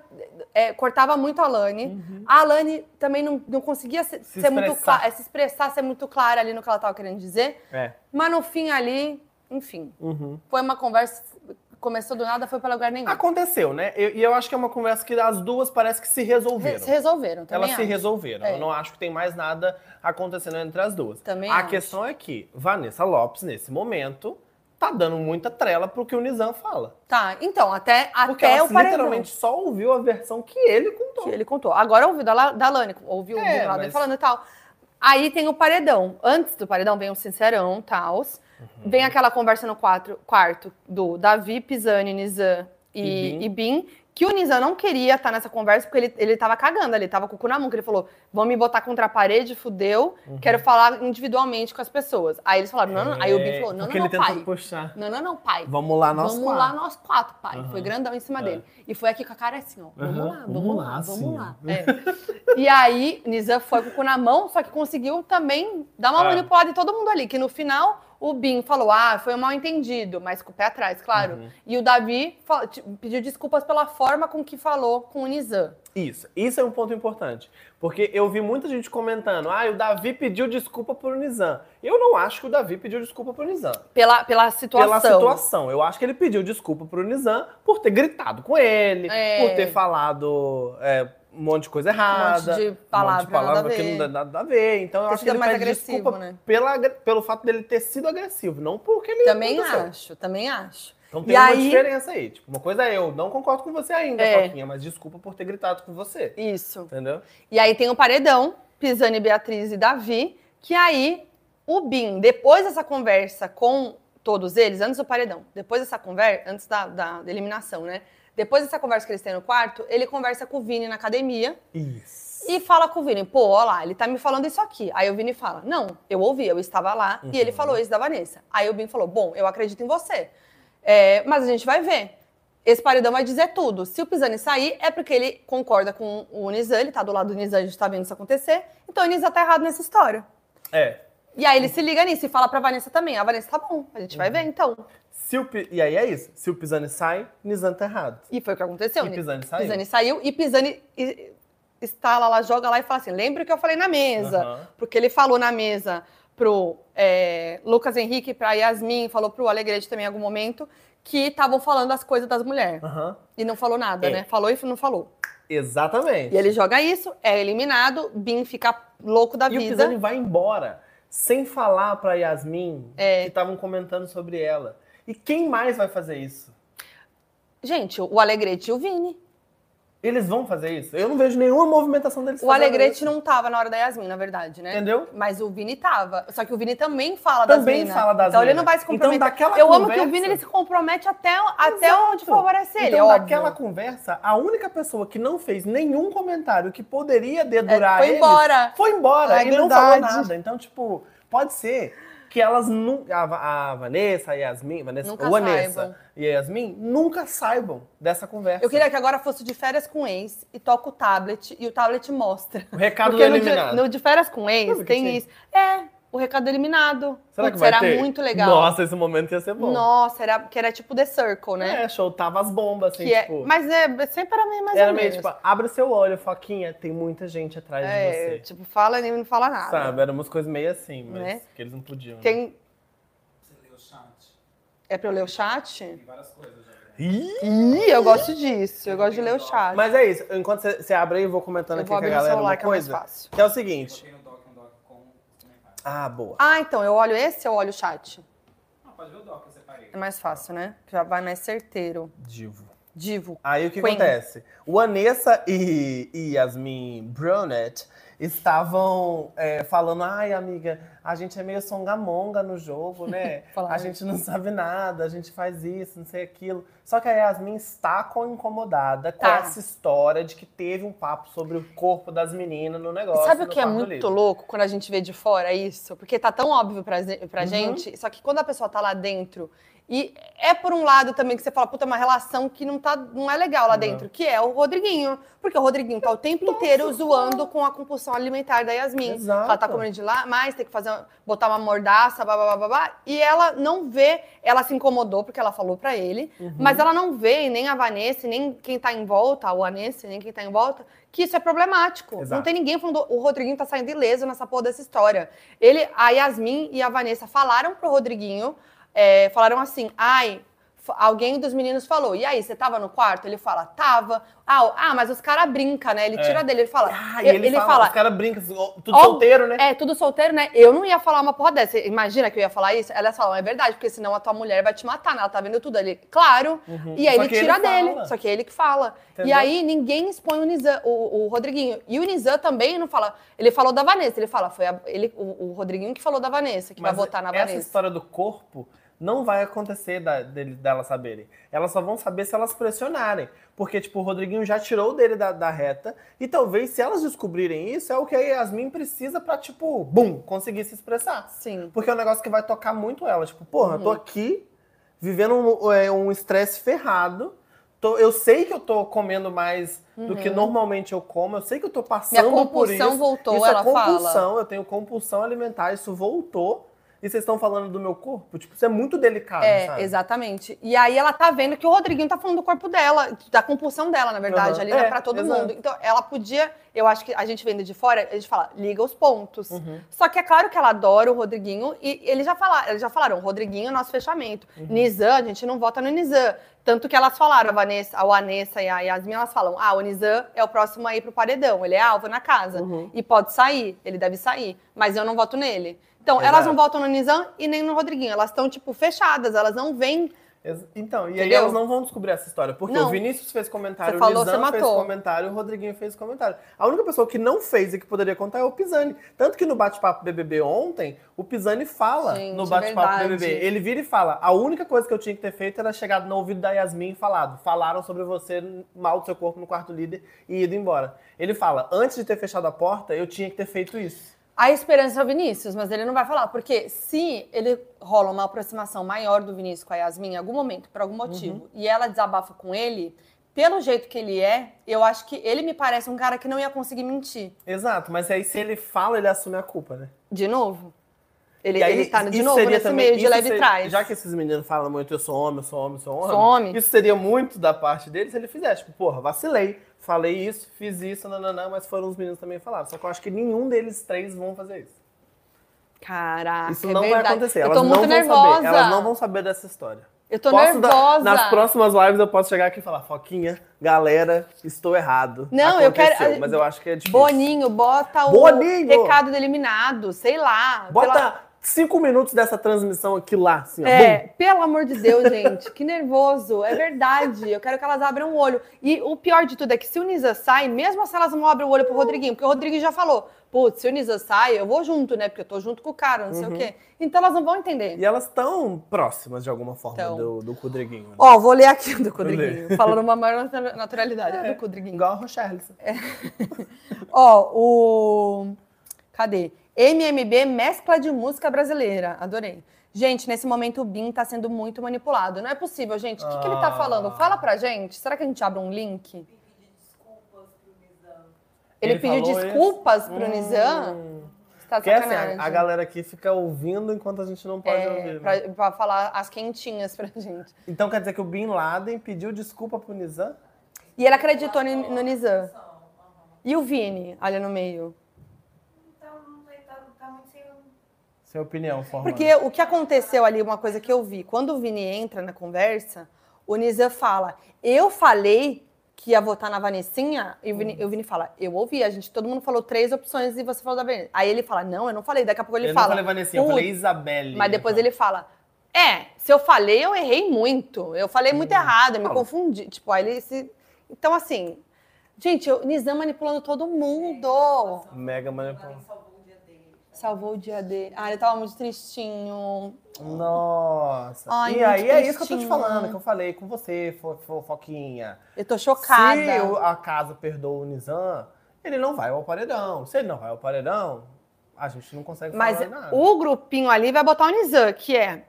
é, cortava muito a Lani. A Lani também não, não conseguia se-
Uhum. Se
ser muito
expressar.
clara, se expressar, ser muito clara ali no que ela tava querendo dizer.
É.
Mas no fim ali, enfim,
Uhum.
foi uma conversa. Começou do nada, foi pra lugar nenhum.
Aconteceu, né? E e eu, acho que é uma conversa que as duas parece que se
Re-
resolveram.
se resolveram também.
Elas se
acho.
resolveram.
É.
Eu não acho que tem mais nada acontecendo entre as duas.
Também
a
acho.
questão é que Vanessa Lopes, nesse momento, tá dando muita trela pro que o Nizam fala.
Tá, então, até,
Porque
até
ela
o paredão.
literalmente só ouviu a versão que ele contou.
que ele contou. Agora ouviu da, La- da Lani, ouviu
É,
o lado
mas-
falando e tal. Aí tem o paredão. Antes do paredão vem o sincerão, tals.
Uhum.
Vem aquela conversa no quatro- quarto do Davi, Pisani, Nizam e,
E
e Bin. Que o Nizam não queria estar nessa conversa, porque ele, ele tava cagando ali, tava com o cu na mão, que ele falou: vão me botar contra a parede, fudeu,
Uhum.
quero falar individualmente com as pessoas. Aí eles falaram, não, não, não. Aí o Bin falou, não, não,
É, Porque
não,
ele tentou
pai.
puxar.
Não, não, não, pai.
Vamos lá, nós
vamos
quatro.
lá, nós quatro, pai.
Aham.
Foi grandão em cima
É.
dele. E foi aqui com a cara assim, ó. Vamos
Aham,
lá, vamos,
vamos
lá,
lá,
vamos
assim,
lá. É. E aí, Nizam foi com o cu na mão, só que conseguiu também dar uma
É.
manipulada em todo mundo ali. Que no final, o Bin falou, ah, foi um mal entendido, mas com o pé atrás, claro.
Uhum.
E o Davi fa- te- pediu desculpas pela forma com que falou com o Nizam.
Isso, isso é um ponto importante. Porque eu vi muita gente comentando, ah, o Davi pediu desculpa pro Nizam. Eu não acho que o Davi pediu desculpa pro Nizam.
Pela, pela situação.
Pela situação. Eu acho que ele pediu desculpa pro Nizam por ter gritado com ele,
É.
por ter falado é, um monte de coisa errada.
Um monte de
um
palavra,
monte de palavra
nada a
que
ver.
não dá nada a ver. Então eu
Ter
acho que
sido
ele
mais
pede
agressivo,
desculpa
né?
pela agre- pelo fato dele ter sido agressivo, não porque ele
Também
aconteceu.
acho, também acho.
Então
E
tem uma
aí-
diferença aí. Tipo, uma coisa é eu não concordo com você ainda,
É.
Foquinha, mas desculpa por ter gritado com você.
Isso.
Entendeu?
E aí tem o paredão, Pisani, Beatriz e Davi, que aí o Bin, depois dessa conversa com todos eles, antes do paredão, depois dessa conversa, antes da, da eliminação, né? Depois dessa conversa que eles têm no quarto, ele conversa com o Vini na academia
Isso.
e fala com o Vini, pô, ó lá, ele tá me falando isso aqui. Aí o Vini fala, não, eu ouvi, eu estava lá e
Uhum.
ele falou isso da Vanessa. Aí o Bin falou, bom, eu acredito em você, é, mas a gente vai ver. Esse paredão vai dizer tudo. Se o Pisani sair, é porque ele concorda com o Nizam, ele tá do lado do Nizam, a gente tá vendo isso acontecer. Então o Nizam tá errado nessa história.
É.
E aí ele se liga nisso e fala pra Vanessa também. A Vanessa tá bom, a
Uhum.
gente vai ver então.
Se o Pi- E aí é isso. Se o Pisani sai, Nizam tá errado.
E foi o que aconteceu.
E
Nizam.
Pisani saiu.
Então, Pisani saiu e Pisani e- estala lá, joga lá e fala assim: lembra o que eu falei na mesa?
Aham.
Porque ele falou na mesa pro é, Lucas Henrique, pra Yasmin, falou pro Alegrete também em algum momento, que estavam falando as coisas das mulheres.
Aham.
E não falou nada,
É.
né? Falou e não falou.
Exatamente.
E ele joga isso, é eliminado, Bin fica louco da
E o
vida.
Pisani vai embora, sem falar pra Yasmin
É.
que estavam comentando sobre ela. E quem mais vai fazer isso?
Gente, o Alegrete e o Vini.
Eles vão fazer isso? Eu não vejo nenhuma movimentação deles
O
tá fazendo
Alegrete
isso.
não tava na hora da Yasmin, na verdade, né?
Entendeu?
Mas o Vini tava. Só que o Vini também fala das
Também
minas.
fala das
Então ele
minas.
não vai se
Então,
comprometer.
daquela
Eu amo que o
conversa-
Vini ele se compromete até, até onde
Exato.
favorece ele,
então,
é óbvio.
naquela conversa, a única pessoa que não fez nenhum comentário que poderia
É,
dedurar
foi
eles,
embora.
foi embora.
É
ele não falou
verdade.
nada. Então, tipo, pode ser que elas nunca. A, Va- a Vanessa, a Yasmin, Vanessa,
Nunca
ou Vanessa
saibam.
e a Yasmin nunca saibam dessa conversa.
Eu queria que agora fosse de férias com ex e toca o tablet e o tablet mostra.
O recado
Porque
do
no de,
eliminado.
no de férias com ex
Sabe o que
tem
tinha?
isso. É, o recado eliminado.
Será que
Putz,
vai
era
ter?
muito legal.
Nossa, esse momento ia ser bom.
Nossa, era, que era tipo The Circle, né?
É, soltava as bombas, assim,
que é,
tipo.
mas é, sempre era meio mais
era
ou
meio
menos.
tipo, abre seu olho, Foquinha, tem muita gente atrás
é,
de você.
tipo, fala e não fala nada.
Sabe, eram umas coisas meio assim, mas
Né?
que eles não podiam. né?
Tem,
Você lê o chat.
é pra eu ler o chat?
Tem várias coisas já. né?
Ih!
Ih, eu gosto disso. Eu gosto de ler o chat.
Mas é isso. Enquanto você você abre aí, eu vou comentando
eu
aqui
vou
com a
abrir no
galera
celular
uma
que é mais
coisa.
fácil.
Que é o
Eu
seguinte.
Coloquei no doc um doc com os comentários.
Ah, boa.
Ah, então, eu olho esse ou olho o chat?
Ah, pode ver o doc, eu separei.
É mais fácil, né? Já vai mais certeiro.
Divo.
Divo.
Aí o que
Queen.
acontece? O Anessa e, e Yasmin Brunet estavam é, falando: ai, amiga, a gente é meio songamonga no jogo, né?
Falaram
a gente não sabe nada, a gente faz isso, não sei aquilo. Só que a Yasmin está com incomodada com
Tá.
essa história de que teve um papo sobre o corpo das meninas no
E
negócio.
Sabe o
no
que é
quarto tá
muito
livre.
louco quando a gente vê de fora isso? Porque tá tão óbvio pra, ze- pra
Uhum.
gente, só que quando a pessoa tá lá dentro, e é por um lado também que você fala, puta, é uma relação que não, tá, não é legal lá
Não.
dentro, que é o Rodriguinho. Porque o Rodriguinho tá o tempo inteiro zoando com a compulsão alimentar da Yasmin.
Exato.
Ela tá comendo de lá, mas tem que fazer, botar uma mordaça, blá, blá, blá, blá, blá. E ela não vê, ela se incomodou porque ela falou pra ele,
Uhum.
mas ela não vê nem a Vanessa, nem quem tá em volta, o Anesse, nem quem tá em volta, que isso é problemático.
Exato.
Não tem ninguém falando, o Rodriguinho tá saindo ileso nessa porra dessa história. Ele, a Yasmin e a Vanessa falaram pro Rodriguinho, é, falaram assim, ai, f- alguém dos meninos falou, e aí, você tava no quarto? Ele fala, tava. Ah, o- ah mas os caras brincam, né? Ele
É.
tira dele, ele fala...
Ah, e
ele,
ele, fala, os caras brincam, tudo
Ó,
solteiro, né?
é, tudo solteiro, né? Eu não ia falar uma porra dessa. Imagina que eu ia falar isso. Elas falam, é verdade, porque senão a tua mulher vai te matar, né? Ela tá vendo tudo ali. Claro. E aí
Uhum. Só
ele
que ele
tira dele.
fala. né?
Só que é ele que fala. E
Entendeu?
aí ninguém expõe o Nizam, o, o Rodriguinho. E o Nizam também não fala. Ele falou da Vanessa. Ele fala, foi a- ele, o, o Rodriguinho que falou da Vanessa, que vai votar na
essa
Vanessa.
história do corpo não vai acontecer da, dele, delas saberem. Elas só vão saber se elas pressionarem. Porque, tipo, o Rodriguinho já tirou dele da, da reta. E talvez, se elas descobrirem isso, é o que a Yasmin precisa pra, tipo, bum, conseguir se expressar.
Sim.
Porque é um negócio que vai tocar muito ela. Tipo, porra, eu
Uhum.
tô aqui vivendo um é, um estresse ferrado. Tô- eu sei que eu tô comendo mais do que normalmente eu como. Eu sei que eu tô passando
Uhum. Minha
por isso.
compulsão voltou,
isso
ela
é compulsão,
fala.
eu tenho compulsão alimentar, isso voltou. E vocês estão falando do meu corpo? Tipo, isso é muito delicado,
É,
sabe?
exatamente. E aí ela tá vendo que o Rodriguinho tá falando do corpo dela, da compulsão dela, na verdade,
Aham.
ali né,
É,
pra todo
exato.
mundo. Então ela podia, eu acho que a gente vendo de fora, a gente fala, liga os pontos.
Uhum.
Só que é claro que ela adora o Rodriguinho e eles já falaram, eles já falaram, Rodriguinho é nosso fechamento.
Uhum.
Nizam, a gente não vota no Nizam. Tanto que elas falaram, a Vanessa, a Vanessa e a Yasmin, elas falam, ah, o Nizam é o próximo aí pro paredão, ele é alvo na casa.
Uhum.
E pode sair, ele deve sair, mas eu não voto nele. Então,
Exato.
elas não votam no Nizam e nem no Rodriguinho. Elas estão, tipo, fechadas, elas não vêm.
Ex- Então, e aí
Entendeu?
elas não vão descobrir essa história. Porque
Não.
o Vinícius fez comentário,
Você falou,
o Nizam
você
fez
matou.
comentário, o Rodriguinho fez comentário. A única pessoa que não fez e que poderia contar é o Pisani. Tanto que no bate-papo BBB ontem, o Pisani fala
Gente,
no bate-papo
verdade.
BBB. Ele vira e fala, a única coisa que eu tinha que ter feito era chegar no ouvido da Yasmin e falado. Falaram sobre você, mal do seu corpo no quarto líder e ido embora. Ele fala, antes de ter fechado a porta, eu tinha que ter feito isso.
A esperança é o Vinícius, mas ele não vai falar. Porque se ele rola uma aproximação maior do Vinícius com a Yasmin em algum momento, por algum motivo,
Uhum.
e ela desabafa com ele, pelo jeito que ele é, eu acho que ele me parece um cara que não ia conseguir mentir.
Exato, mas aí se ele fala, ele assume a culpa, né?
De novo? Ele,
E aí,
ele tá de
isso
novo
seria
nesse
também-
meio de
isso
leve
seria-
trás.
Já que esses meninos falam muito, eu sou homem, eu sou homem, eu sou homem.
Sou homem.
Isso seria muito da parte dele se ele fizesse. Tipo, porra, vacilei, falei isso, fiz isso, nananã, mas foram os meninos também que falaram. Só que eu acho que nenhum deles três vão fazer isso.
Caraca,
Isso
é
não vai
verdade.
acontecer.
Eu
Elas
tô
não
muito
vão
nervosa.
saber. Elas não vão saber dessa história.
Eu tô
Posso dar-
nervosa.
nas próximas lives eu posso chegar aqui e falar, Foquinha, galera, estou errado.
Não, eu quero-
Aconteceu", Mas eu acho que é difícil.
Boninho, bota o
Boninho!
recado do eliminado, sei lá.
Bota
Pela-
cinco minutos dessa transmissão aqui lá, assim, ó.
É,
bum.
pelo amor de Deus, gente, que nervoso. É verdade. Eu quero que elas abram o olho. E o pior de tudo é que se o Nisa sai, mesmo se elas não abrem o olho pro Rodriguinho, porque o Rodriguinho já falou: putz, se o Nisa sai, eu vou junto, né? Porque eu tô junto com o cara, não sei
Uhum.
o quê. Então elas não vão entender.
E elas estão próximas de alguma forma
Tão.
do, do Rodriguinho. né?
Ó, vou ler aqui do
Vou É.
Rodriguinho, falando uma maior natu- naturalidade do Rodriguinho.
Igual a Richarlison.
Ó, o. Cadê? MMB mescla de música brasileira. Adorei. Gente, nesse momento o Bin tá sendo muito manipulado. Não é possível, gente. O que, que ele tá
Ah.
falando? Fala pra gente. Será que a gente abre um link? Ele,
Ele
pediu
falou
desculpas pro
Hum.
Nizam? Você tá de
Porque assim,
sacanagem.
a, a galera aqui fica ouvindo enquanto a gente não pode
É,
ouvir. né?
pra, pra falar as quentinhas pra gente.
Então quer dizer que o Bin Laden pediu desculpa pro Nizam?
E ele acreditou no, no Nizam. E o Vini, ali no meio.
Então, não sei, tá, tá muito sem. Não
Sua opinião, formada.
Porque o que aconteceu ali, uma coisa que eu vi, quando o Vini entra na conversa, o Nizam fala: Eu falei que ia votar na Vanessinha, e o
Uhum.
Vini, o Vini fala: Eu ouvi, a gente, todo mundo falou três opções e você falou da Vanessa. Aí ele fala: Não, eu não falei. Daqui a pouco ele
eu não
fala.
falei Vanessinha, eu
"Putz,
falei Isabelle. né? então.
Mas depois ele fala: É, se eu falei, eu errei muito. Eu falei muito errado, eu me
Uhum. Não.
confundi. Tipo, aí ele se. Então, assim. Gente, o Nizam manipulando todo mundo.
Mega manipulação.
salvou o dia dele.
Salvou o dia dele. Ah, ele tava muito tristinho.
Nossa.
Ai,
e aí
muito
é isso que eu tô te
tristinho.
falando, que eu falei com você, fo- fo- Foquinha.
Eu tô chocada.
Se o- a casa perdoa o Nizam, ele não vai ao paredão. Se ele não vai ao paredão, a gente não consegue
Mas
falar nada.
o grupinho ali vai botar o Nizam, que é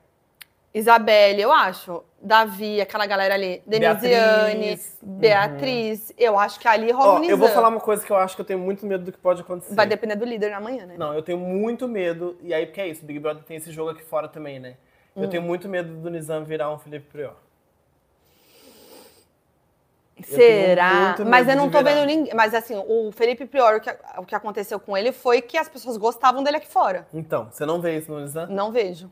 Isabelle, eu acho, Davi, aquela galera ali, Denisiane,
Beatriz. Uhum.
Beatriz, eu acho que ali rola
Ó,
o Nizam.
eu vou falar uma coisa que eu acho que eu tenho muito medo do que pode acontecer.
Vai depender do líder na manhã, né?
Não, eu tenho muito medo. E aí, porque é isso, Big Brother tem esse jogo aqui fora também, né?
Hum.
Eu tenho muito medo do Nizam virar um Felipe Prior.
Será?
muito medo
Mas eu não
de
tô
virar.
vendo ninguém. Mas assim, o Felipe Prior, o que, o que aconteceu com ele foi que as pessoas gostavam dele aqui fora.
Então, você não vê isso no Nizam?
Não vejo.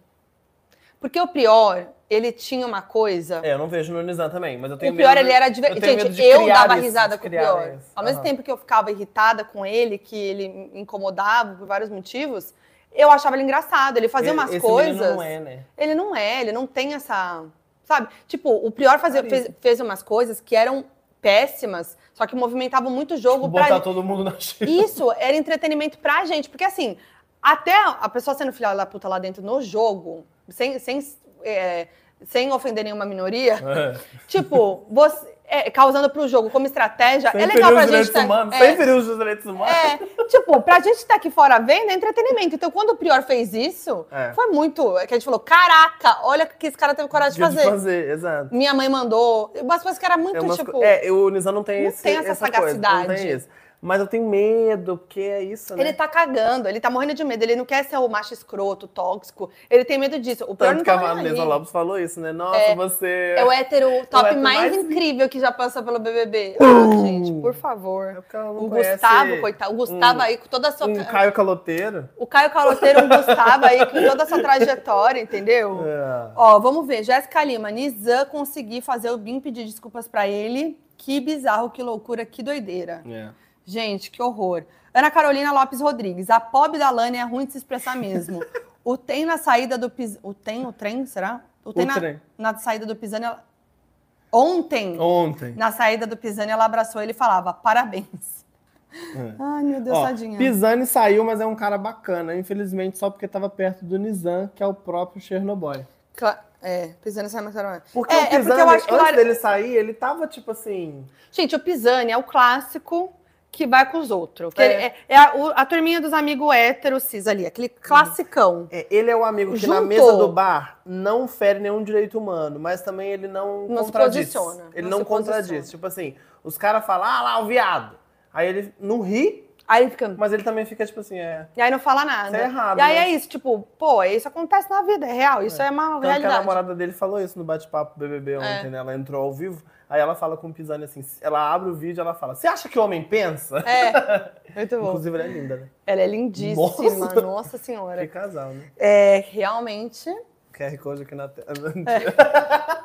Porque o Prior, ele tinha uma coisa.
É, eu não vejo no Nizam também, mas eu tenho
O pior,
medo-
ele era
eu
divertido.
tenho medo
Gente,
de
eu
criar
dava
isso,
risada
de
com o
criar
pior.
isso.
Ao mesmo
Aham.
tempo que eu ficava irritada com ele, que ele me incomodava por vários motivos, eu achava ele engraçado. Ele fazia
E-
umas
esse
coisas.
menino não é, né?
Ele não é, ele não tem essa. Sabe? Tipo, o Prior fazia, fez, fez umas coisas que eram péssimas, só que movimentavam muito o jogo
Vou
pra
Tipo, botar todo mundo na xícara.
isso era entretenimento pra gente, porque assim, até a pessoa sendo filha da puta lá dentro no jogo, sem, sem, é, sem ofender nenhuma minoria,
É.
tipo, você, é, causando pro jogo como estratégia,
Sem
é legal
ferir
pra
os direitos
gente. tá-
humanos,
é,
sem ferir os direitos humanos.
é, tipo, pra gente estar aqui fora vendo, é entretenimento. Então, quando o Prior fez isso,
É.
foi muito. é Que a gente falou: caraca, olha o que esse cara teve coragem de
Tinha
fazer.
exato.
Minha mãe mandou. Umas coisas que era muito,
É, umas
tipo.
co- é, o Nizam não tem,
não
esse,
tem essa
coisa, não
sagacidade.
tem isso. Mas eu tenho medo, porque é isso, né?
Ele tá cagando, ele tá morrendo de medo, ele não quer ser o macho escroto, tóxico, ele tem medo disso. O pior
Tanto
não
que a
tá nem
Vanessa
aí.
Lopes falou isso, né? Nossa, você...
É o hétero top
hétero
mais,
mais-
incrível que já passa pelo BBB. Ah, gente, por favor.
porque ela não
O
conhece
Gustavo, coitado, o Gustavo
um-
aí com toda a sua...
Um Caio Caloteiro.
O Caio Caloteiro, o Gustavo aí com toda a sua trajetória, entendeu?
É.
Ó, vamos ver. Jéssica Lima, Nizam conseguir fazer o Bim pedir desculpas pra ele. Que bizarro, que loucura, que doideira.
É.
Gente, que horror. Ana Carolina Lopes Rodrigues. A pobre da Lani é ruim de se expressar mesmo. o tem na saída do Pis... O tem, o trem, será? O tem na,
trem.
na saída do Pisani. ela- Ontem,
Ontem.
na saída do Pisani, ela abraçou ele e falava: parabéns.
É.
Ai, meu Deus,
Ó,
tadinha.
Pisani saiu, mas é um cara bacana. Infelizmente, só porque tava perto do Nizam, que é o próprio Chernobyl.
Cla- É, Pisani sai mais caro.
Porque
É, é
o
porque eu
Pisani,
acho que
antes
lá-
dele sair, ele tava tipo assim...
Gente, o Pisani é o clássico que vai com os outros. que
É. Uhum.
ele- É, é a, o- a turminha dos amigos héteros, cis ali, aquele classicão.
É, ele é o amigo que na
Juntou.
mesa do bar não fere nenhum direito humano, mas também ele não,
Não se
contradiz.
posiciona,
Ele
não
não,
se
contradiz.
posiciona.
Tipo assim, os caras falam, ah lá, o viado. Aí ele não ri,
Aí ele fica.
Mas ele também fica tipo assim, é.
E aí não fala nada.
Isso é errado,
E aí
né?
é isso, tipo, pô, isso acontece na vida, é real, isso é, uma
Tanto que a
realidade. É.
namorada dele falou isso no bate-papo BBB ontem, né? Ela entrou ao vivo, aí ela fala com o Pisani assim, ela abre o vídeo e ela fala, você acha que homem pensa?
É, muito bom.
Inclusive, ela é linda, né?
Ela é lindíssima, nossa,
Nossa. Que
senhora.
casal, né?
É, realmente,
QR Code aqui na tela.
É.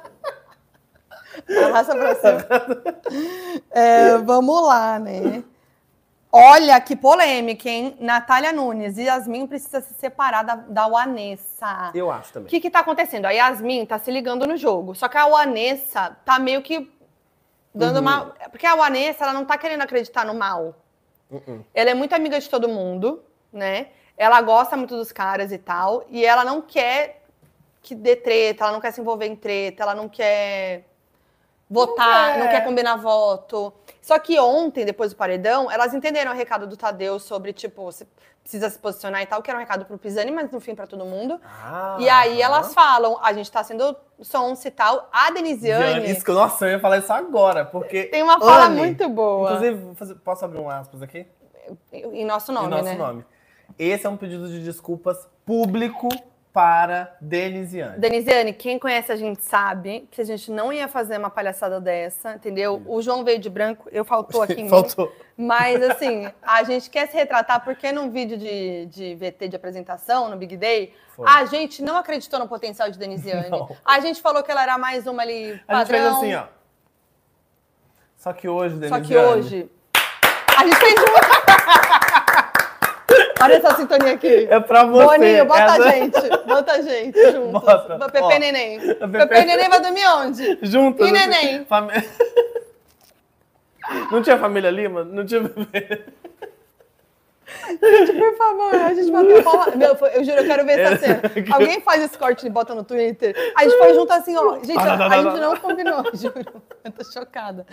arrasta pra cima. É, vamos lá, né? Olha que polêmica, hein? Natália Nunes, Yasmin precisa se separar da, da Vanessa.
Eu acho também.
O que que tá acontecendo? A Yasmin tá se ligando no jogo, só que a Vanessa tá meio que dando
Uhum.
uma... Porque a Vanessa, ela não tá querendo acreditar no mal.
Uh-uh.
Ela é muito amiga de todo mundo, né? Ela gosta muito dos caras e tal, e ela não quer que dê treta, ela não quer se envolver em treta, ela não quer votar, não
Não
quer,
quer.
combinar voto. Só que ontem, depois do paredão, elas entenderam o recado do Tadeu sobre, tipo, você precisa se posicionar e tal, que era um recado pro Pisani, mas no fim pra todo mundo.
Ah,
e aí elas
aham.
falam, a gente tá sendo sonsa e tal. A Denisiane
Diane, Isso que, nossa, eu ia falar isso agora, porque.
tem uma fala
Anne,
muito boa.
Inclusive, vou fazer- posso abrir um aspas aqui?
em nosso nome,
em nosso
né?
nome. Esse é um pedido de desculpas público para Denisiane.
Denisiane, quem conhece a gente sabe que a gente não ia fazer uma palhaçada dessa, entendeu? O João veio de branco, eu faltou aqui em mim.
Faltou.
Mas, assim, a gente quer se retratar porque num vídeo de, de VT de apresentação, no Big Day,
Foi.
a gente não acreditou no potencial de Denisiane.
Não.
A gente falou que ela era mais uma ali
A gente fez
padrão.
assim, ó. Só que hoje,
Só
Denisiane.
que hoje... A gente fez junto. Olha essa sintonia aqui.
É pra você.
Boninho, bota
Essa-
a gente. Bota a gente juntos.
Bota.
Pepe
Ó,
Neném.
Pepe-
Pepe Neném vai dormir onde?
Juntas.
E neném.
né? Fami- Não tinha família Lima? Não tinha bebê.
Tipo, Por favor, a gente bateu palma. Meu, foi- eu juro, eu quero ver essa cena. Alguém faz esse corte e bota no Twitter. A gente foi junto assim, ó. Gente,
Ah, não,
a
não, não,
gente
não.
não combinou, juro. Eu tô chocada.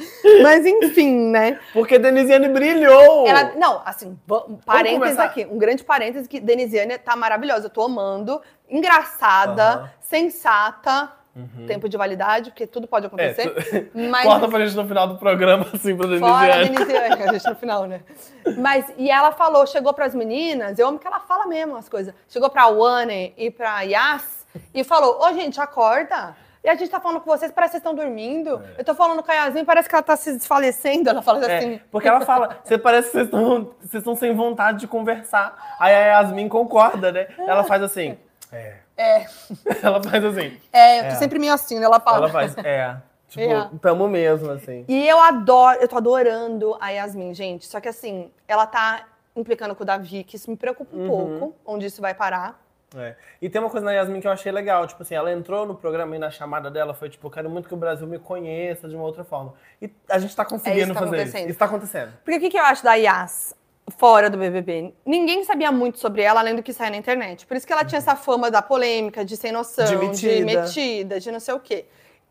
Mas enfim, né?
Porque Denisiane brilhou.
Ela, não, assim, va- um parênteses
começar.
aqui. Um grande parênteses que Denisiane tá maravilhosa. Eu tô amando. Engraçada,
Aham.
sensata.
Uhum.
Tempo de validade, porque tudo pode acontecer.
É,
Mas
Corta pra gente no final do programa, assim, pra
Fora a
Denisiane.
Denisiane, a gente no final, né? Mas, e ela falou, chegou pras meninas, eu amo que ela fala mesmo as coisas. Chegou pra Wane e pra Yas e falou: Ô, gente, acorda. E a gente tá falando com vocês, parece que vocês estão dormindo. Eu tô falando com a Yasmin, parece que ela tá se desfalecendo. Ela fala
É,
assim.
porque ela fala, você parece que vocês estão- vocês estão sem vontade de conversar. Aí a Yasmin concorda, né? Ela faz assim. É.
É.
Ela faz assim.
É, eu tô
É.
sempre meio assim, né? Ela fala.
Ela faz, é. Tipo,
É.
tamo mesmo, assim.
E eu adoro, eu tô adorando a Yasmin, gente. Só que assim, ela tá implicando com o Davi, que isso me preocupa um
Uhum.
pouco, onde isso vai parar.
É. E tem uma coisa na Yasmin que eu achei legal, tipo assim, ela entrou no programa e na chamada dela foi tipo, eu quero muito que o Brasil me conheça de uma outra forma. E a gente tá conseguindo
tá
fazer isso.
acontecendo.
Isso tá acontecendo.
Porque o que, que eu acho da Yas fora do BBB? Ninguém sabia muito sobre ela, além do que sai na internet. Por isso que ela tinha essa fama da polêmica, de sem noção, de
De
metida,
metida.
de, não sei o quê.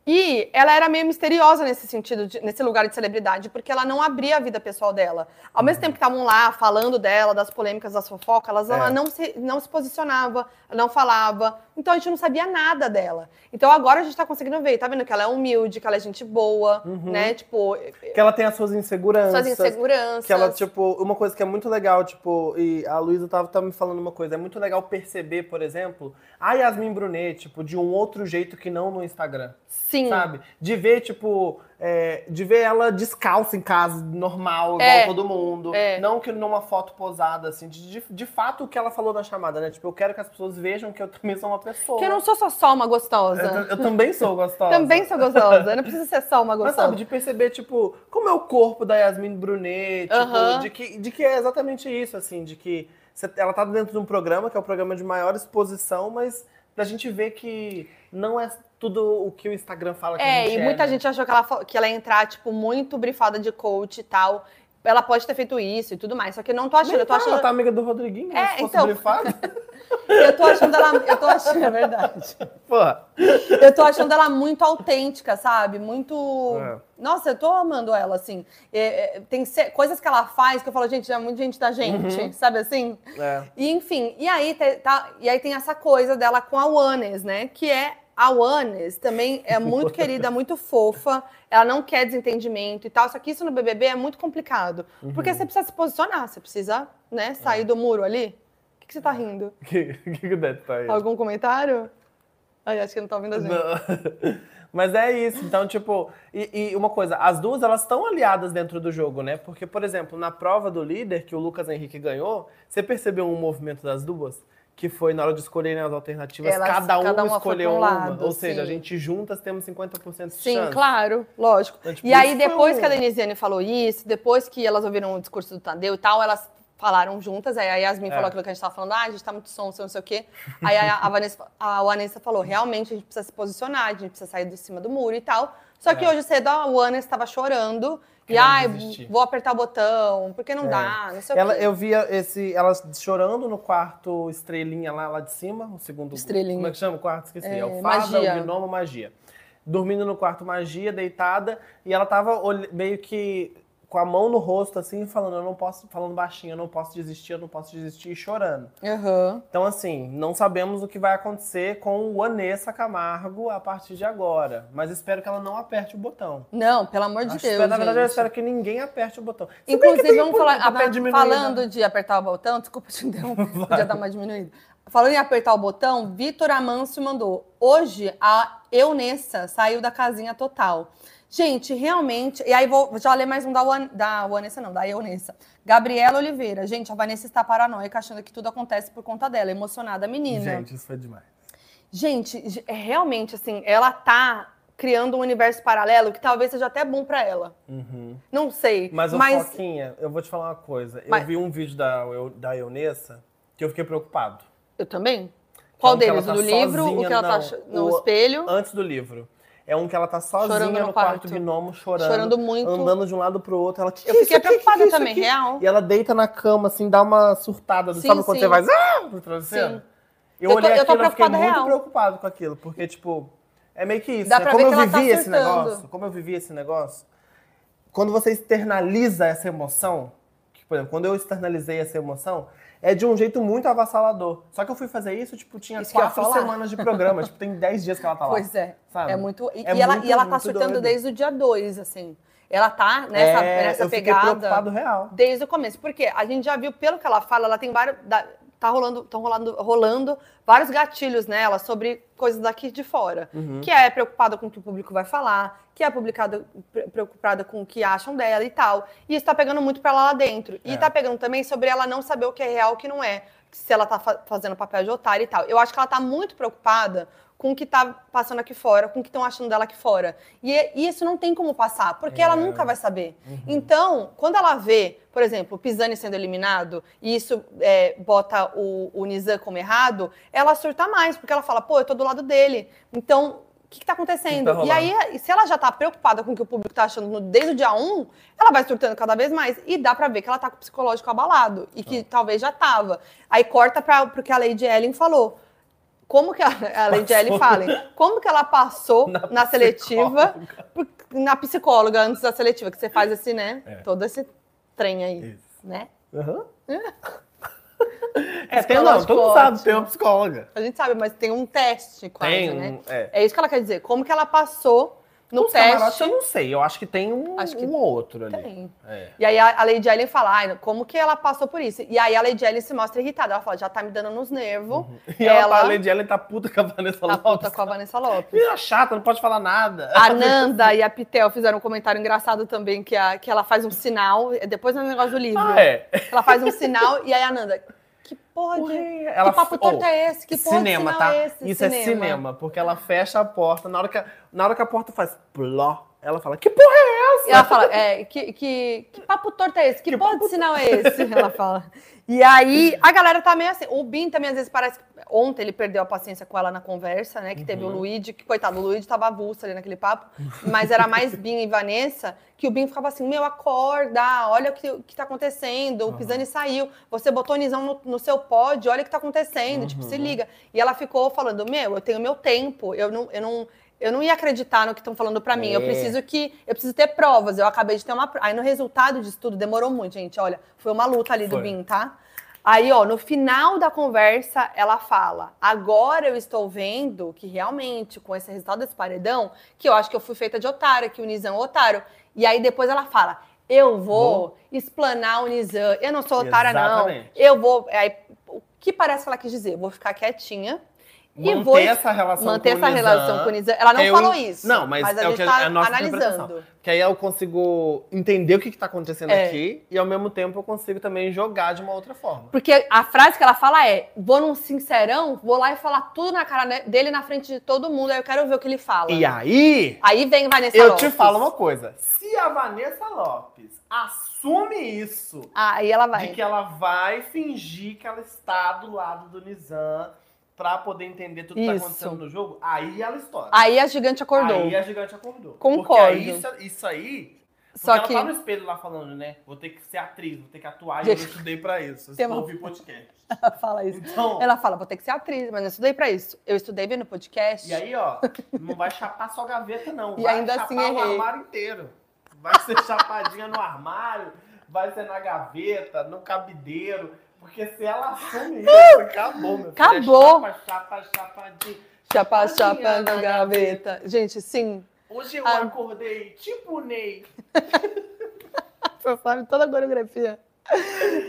E ela era meio misteriosa nesse sentido, de- nesse lugar de celebridade, porque ela não abria a vida pessoal dela. Ao
Uhum.
mesmo tempo que estavam lá falando dela, das polêmicas, das fofocas, elas,
É.
ela não se, não se posicionava, não falava. Então a gente não sabia nada dela. Então agora a gente tá conseguindo ver, tá vendo que ela é humilde, que ela é gente boa,
Uhum.
né? Tipo,
Que ela tem as suas inseguranças.
suas inseguranças.
Que ela, tipo, uma coisa que é muito legal, tipo, e a Luísa tava, tava me falando uma coisa, é muito legal perceber, por exemplo, a Yasmin Brunet, tipo, de um outro jeito que não no Instagram,
Sim.
sabe? De ver, tipo, é, de ver ela descalça em casa, normal, igual
É,
todo mundo.
é.
Não que numa foto posada, assim, de, de, de fato o que ela falou na chamada, né? Tipo, eu quero que as pessoas vejam que eu também sou uma pessoa.
Porque eu não sou só, só uma
eu,
gostosa.
ta- eu também sou gostosa.
Também sou gostosa. Eu não preciso ser só uma
Mas sabe,
gostosa.
de perceber, tipo, como é o corpo da Yasmin Brunet, tipo,
Aham.
de, que, de que é exatamente isso, assim, de que cê- ela tá dentro de um programa, que é o programa de maior exposição, mas da gente ver que não é tudo o que o Instagram fala que a
É,
gente
e muita
né?
gente achou que ela, fa- que ela ia entrar, tipo, muito brifada de coach e tal. Ela pode ter feito isso e tudo mais. Só que eu não tô achando.
Nem
Eu tô
fala,
achando,
Ela tá amiga do Rodriguinho,
É,
né? se fosse
então.
brifada.
eu tô achando ela. Eu tô achando, é verdade.
Porra.
Eu tô achando ela muito autêntica, sabe? Muito.
É.
Nossa, eu tô amando ela, assim. É, é, tem ce- coisas que ela faz que eu falo, gente, é muito gente da gente, sabe assim?
É.
E enfim, e aí, te- tá- e aí tem essa coisa dela com a Wanes, né? Que é a Wanes também é muito querida, muito fofa, ela não quer desentendimento e tal, só que isso no BBB é muito complicado. Porque você precisa se posicionar, você precisa, né, sair do muro ali. O que, que você tá rindo?
O que, que, que o Deto tá aí?
Algum comentário? Ai, acho que não tá ouvindo a gente.
Não. Mas é isso, então, tipo, e, e uma coisa, as duas elas estão aliadas dentro do jogo, né? Porque, por exemplo, na prova do líder que o Lucas Henrique ganhou, você percebeu um movimento das duas? Que foi na hora de escolherem as alternativas,
Elas-
cada,
cada
um
uma foi
escolheu
pra um
uma.
lado,
Ou seja, a
sim.
gente juntas temos 50% de
Sim,
chance.
claro, lógico.
Então, tipo,
E aí,
isso foi
depois
um-
que a Denisiane falou isso, depois que elas ouviram o discurso do Tadeu e tal, elas falaram juntas. Aí a Yasmin
É.
falou aquilo que a gente tava falando, ah, a gente tá muito sonsa, não sei o quê. Aí a, a, Vanessa, a Vanessa falou, realmente, a gente precisa se posicionar, a gente precisa sair de cima do muro e tal. Só que
É.
hoje cedo a Vanessa estava chorando. E,
Querendo
ai,
desistir.
vou apertar o botão, porque não
É.
dá, não sei
Ela,
o quê.
eu via esse, elas chorando no quarto estrelinha lá, lá de cima, o segundo.
Estrelinha.
Como é que chama o quarto? Esqueci. É,
É,
o Fada,
magia.
o Gnomo, Magia. Dormindo no quarto Magia, deitada, e ela tava olh- meio que com a mão no rosto, assim, falando, eu não posso, falando baixinho, eu não posso desistir, eu não posso desistir, e chorando.
Aham.
Então, assim, não sabemos o que vai acontecer com o Anessa Camargo a partir de agora. Mas espero que ela não aperte o botão.
Não, pelo amor de
Acho-
Deus,
na verdade, eu
gente.
espero que ninguém aperte o botão. Se bem que
Inclusive,
tem
vamos
um
falar.
pouco, né,
aper-
diminuída.
Falando de apertar o botão, desculpa te interromper, podia dar uma diminuída. Falando em apertar o botão, Vitor Amâncio mandou. Hoje, a Eunessa saiu da casinha total. Gente, realmente. E aí, vou já ler mais um da Wan- da Vanessa, não, da Eunessa. Gabriela Oliveira. Gente, a Vanessa está paranoica, achando que tudo acontece por conta dela. Emocionada, a menina.
Gente, isso foi demais.
Gente, ge- é realmente, assim, ela tá criando um universo paralelo que talvez seja até bom pra ela.
Uhum.
Não sei.
Mas, o
mas
Foquinha, eu vou te falar uma coisa.
Mas-
Eu vi um vídeo da, Eu- da Eunessa que eu fiquei preocupado.
Eu também? Qual
um que ela
deles? O
tá
do livro?
sozinha,
o que ela tá
não.
ch- no
O-
espelho?
Antes do livro. É um que ela tá sozinha
Chorando no
no, quarto.
quarto.
gnomo, chorando.
Chorando muito.
Andando de um lado pro outro. Ela, "Que
Eu
que
fiquei
isso aqui? Que que
preocupada
isso
também,
aqui?"
real.
E ela deita na cama, assim, dá uma surtada.
Sim,
Sabe quando
sim.
você vai... Ah! Pro travesseiro?
Sim. Eu
Eu,
tô-
olhei
eu tô
aquilo e fiquei
preocupada
muito
real.
preocupado com aquilo. Porque, tipo, é meio que isso.
Dá
né?
pra
Como
ver
eu
que ela
vivi
tá
esse
surtando.
negócio, como eu vivi esse negócio, quando você externaliza essa emoção, que, por exemplo, quando eu externalizei essa emoção, é de um jeito muito avassalador. Só que eu fui fazer isso, tipo, tinha
Isso que eu ia
quatro
falar.
semanas de programa. tipo, tem dez dias que ela tá lá.
Pois é.
sabe?
É muito. E,
É
e ela,
muito,
e ela tá
muito
surtando
doido.
desde o dia 2, assim. Ela tá nessa,
É,
nessa
eu fiquei
pegada
preocupado real.
desde o começo. Porque a gente já viu, pelo que ela fala, ela tem vários. da- Tá rolando, estão rolando, rolando vários gatilhos nela sobre coisas daqui de fora.
Uhum.
que é preocupada com o que o público vai falar, que é publicada- pre- preocupada com o que acham dela e tal. E isso tá pegando muito pra ela lá dentro. E
É.
tá pegando também sobre ela não saber o que é real e o que não é. Se ela tá fa- fazendo papel de otária e tal. Eu acho que ela tá muito preocupada com o que tá passando aqui fora, com o que estão achando dela aqui fora. E, é- e isso não tem como passar, porque ela
É.
nunca vai saber. Então, quando ela vê, por exemplo, o Pisani sendo eliminado, e isso é, bota o, o Nizam como errado, ela surta mais, porque ela fala, pô, eu tô do lado dele. Então, o que, que tá acontecendo?
rolando?
e aí, e se ela já tá preocupada com o que o público tá achando no- desde o dia 1, ela vai surtando cada vez mais. E dá pra ver que ela tá com o psicológico abalado, e que talvez já tava. Aí corta pra, pro que a Lady Ellen falou. Como que a, a Lady
Passou.
Ellen fala? hein? Como que ela passou na,
Na
seletiva, por- na psicóloga antes da seletiva, que você faz esse, né?
É.
Todo esse trem aí,
Isso.
né?
Uhum. é, tem não, todo
Psicológico
mundo sabe, tem
ótimo.
uma psicóloga.
A gente sabe, mas tem um teste quase,
tem,
né?
um- é.
É isso que ela quer dizer. Como que ela passou no
Os camarotes,
teste?
eu não sei, eu acho que tem um,
Acho que
um outro ali.
Tem.
É.
E aí a, a Lady Ellen fala, "Ai, como que ela passou por isso? E aí a Lady Ellen se mostra irritada. Ela fala, já tá me dando nos nervos.
E ela,
Ela-
tá, além de ela, tá puta com a Vanessa
Tá puta
Lopes.
com a Ah, Vanessa Lopes.
Menina chata, não pode falar nada.
A Nanda e a Pitel fizeram um comentário engraçado também, que, a, que ela faz um sinal, é depois no negócio do livro.
Ah, é.
Ela faz um sinal e aí a Nanda, que porra de...
Ué,
que papo torto
oh,
é esse? Que porra
cinema,
de sinal
tá?
é esse?
Isso é cinema, porque ela fecha a porta. Na hora que a, na hora que a porta faz pló, ela fala, que porra é essa?
E ela fala, é, que, que, que papo torto é esse? Que,
Que
porra de sinal é esse? Ela fala. E aí, a galera tá meio assim. O Bin também, às vezes, parece que. Ontem ele perdeu a paciência com ela na conversa, né? Que teve o
Uhum.
Luigi, que, coitado, o Luigi tava avulso ali naquele papo, mas era mais Bin e Vanessa, que o Bin ficava assim: meu, acorda, olha o que, o que tá acontecendo, o
Aham.
Pisani saiu, você botou o Nizão no, no seu pod, olha o que tá acontecendo, tipo, se
Uhum.
liga. E ela ficou falando: meu, eu tenho meu tempo, eu não. Eu não eu não ia acreditar no que estão falando pra mim. Eu
É.
preciso que. Eu preciso ter provas. Eu acabei de ter uma. pro- Aí no resultado disso tudo demorou muito, gente. Olha, foi uma luta ali do
Foi.
Bin, tá? Aí, ó, no final da conversa, ela fala: agora eu estou vendo que realmente, com esse resultado desse paredão, que eu acho que eu fui feita de otário, que o Nizam é um otário. E aí depois ela fala: eu vou explanar o Nizam, eu não sou otária,
Exatamente.
não. Eu vou. é, Aí, o que parece que ela quis dizer? Eu vou ficar quietinha e
Manter
vou
é essa relação
manter
com
essa
o Nizam,
relação com o Nizam. Ela não
eu
falou
en-
isso.
Não, mas
a
é o
gente
que a-
tá
é a nossa interpretação.
analisando.
Que aí eu consigo entender o que, que tá acontecendo
É.
aqui e ao mesmo tempo eu consigo também jogar de uma outra forma.
Porque a frase que ela fala é: vou num sincerão, vou lá e falar tudo na cara ne- dele na frente de todo mundo, aí eu quero ver o que ele fala.
E aí,
Aí vem Vanessa
eu te
Lopes.
falo uma coisa. Se a Vanessa Lopes assume isso
Ah, Aí ela vai.
de que ela vai fingir que ela está do lado do Nizam pra poder entender tudo que tá
Isso.
acontecendo no jogo, aí ela estoura.
Aí a gigante acordou.
Aí a gigante acordou. Porque
Concordo.
aí isso, isso aí.
Só
porque
que.
ela tá no espelho lá falando, né? Vou ter que ser atriz, vou ter que atuar e eu
Gente,
não estudei pra isso. Eu
tem uma-
ouvi podcast.
Ela fala isso.
Então.
Ela fala, vou ter que ser atriz, mas eu estudei pra isso. Eu estudei vendo podcast.
E aí, ó, não vai chapar só gaveta, não.
E
vai
ainda
chapar
assim
o
errei.
armário inteiro. Vai ser chapadinha no armário, vai ser na gaveta, no cabideiro. Porque se ela assume isso, acabou, meu filho. É
Acabou.
chapa, chapa, chapadinha.
Chapa,
chapadinha
chapa
Ah, na
na gaveta. Gente, sim.
Hoje eu
Ah.
acordei, tipo o Ney.
Você sabe toda a coreografia.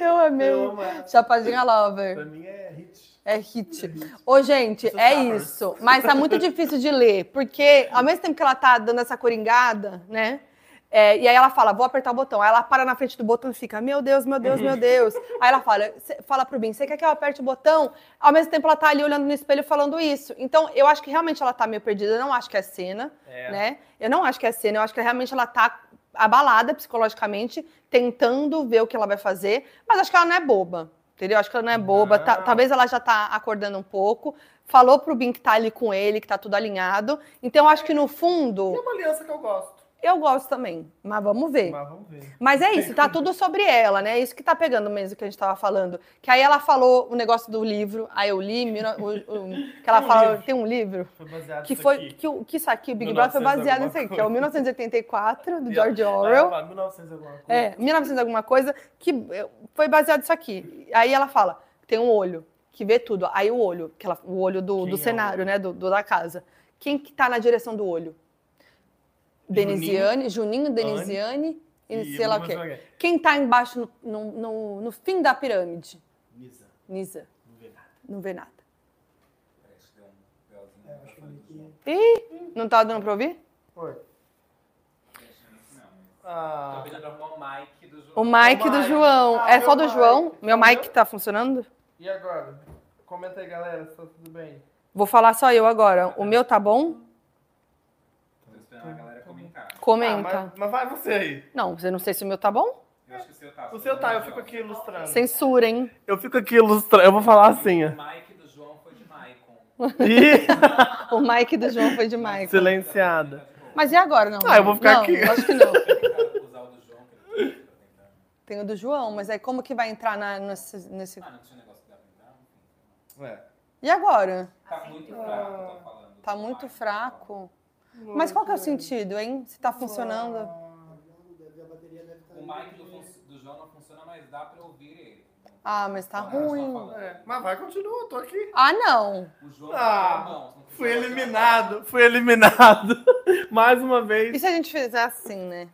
Eu amei.
Eu amo ela.
Chapadinha Lover.
Pra mim é hit.
É hit. Ô, gente,
Isso
é
tá, né?
isso. Mas tá muito difícil de ler, porque ao mesmo tempo que ela tá dando essa coringada, né? É, e aí ela fala, vou apertar o botão. Aí ela para na frente do botão e fica, meu Deus, meu Deus, meu Deus. Aí ela fala, "Cê- fala pro Bin, você quer que eu aperte o botão? Ao mesmo tempo ela tá ali olhando no espelho falando isso. Então, eu acho que realmente ela tá meio perdida, eu não acho que é cena,
É.
né? Eu não acho que é cena, eu acho que realmente ela tá abalada psicologicamente, tentando ver o que ela vai fazer, mas acho que ela não é boba. Entendeu? Acho que ela não é boba. ta-
Não.
talvez ela já tá acordando um pouco. Falou pro Bin que tá ali com ele, que tá tudo alinhado. Então, acho que no
É
fundo,
uma aliança que eu gosto.
eu gosto também. Mas vamos ver.
Mas vamos ver.
Mas é isso, tá tudo sobre ela, né? É isso que tá pegando mesmo que a gente tava falando. Que aí ela falou o negócio do livro, aí eu li, mil- o- o- que ela
Tem um
fala,
livro.
tem um livro,
Foi baseado
que
nisso
foi,
aqui.
que, o- que isso aqui, o Big Brother foi
1900
baseado
alguma
nisso aqui, que é
coisa.
o 1984, do
É,
George
Aí
Orwell.
ela fala, 1900 alguma coisa.
É, 1900 alguma coisa, que eh, foi baseado nisso aqui. Aí ela fala, tem um olho, que vê tudo. Aí o olho, que ela- o olho do,
Quem
do
é o
cenário,
olho?
né, do, do- da casa. Quem que tá na direção do olho?
Juninho.
Denisiane, Juninho, Denisiane e sei lá o
alguma
quê.
coisa que- é.
Quem tá embaixo, no, no, no- no fim da pirâmide?
Nisa,
Nisa,
não vê nada.
não vê nada.
Peraí, acho que deu um
É,
belzinho. Eu falei que não.
Ih, não tá dando pra ouvir?
Oi.
mas-
Ah,
Tô pedindo arrumar Tá o Mike do João.
O Mike do
Mike.
João.
Ah,
é
meu
só do
Mike.
João? Meu Mike
Entendeu?
tá funcionando?
e agora? Comenta aí, galera, se tá tudo bem.
Vou falar só eu agora. O meu tá bom?
Tô esperando a galera comentar.
Ah,
Comenta.
então.
mas, mas vai você aí.
Não, você não sei se o meu tá bom?
Eu acho que o seu tá.
O seu tá, eu fico aqui ilustrando.
Censura, hein?
Eu fico aqui ilustrando, eu vou falar assim, ó.
O Mike do João foi de Maicon.
Ih,
O Mike do João foi de Mike.
silenciada.
Mas e agora, não?
Ah, eu vou ficar
não,
aqui.
eu Acho que não.
Tentar usar o do João, que ele tá tentando.
Tem o do João, mas aí como que vai entrar na- nesse, nesse-
Ah, não tinha negócio que dá pra entrar? Enfim.
É.
E agora?
Tá muito fraco, tô falando.
Assim, Tá
do
muito
Mike.
fraco. Mas qual que é o sentido, hein? Se tá funcionando.
O Mike do, fun- do João não funciona, mas dá pra ouvir ele.
Ah, mas tá
Não, cara, só
ruim.
falando.
É, Mas vai, continua, eu tô aqui.
Ah, não.
O João
Ah,
não, não, não
Fui eliminado, fui eliminado. Mais uma
E
vez.
se a gente fizer assim, né?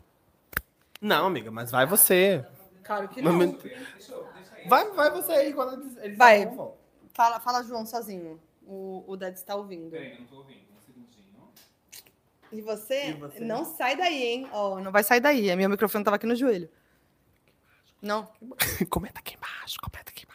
Não, amiga, mas vai você.
Claro que
Mas-
não.
Deixa eu, deixa aí.
Vai, vai você aí quando eles- eles
Vai.
falam, vão.
Fala, fala João sozinho. O, o Dad está ouvindo.
Peraí, eu não tô ouvindo. Um segundinho.
E você,
E você?
não sai daí, hein? Ó, não vai sair daí. Meu microfone tava aqui no joelho. Não.
Comenta aqui embaixo, comenta aqui embaixo.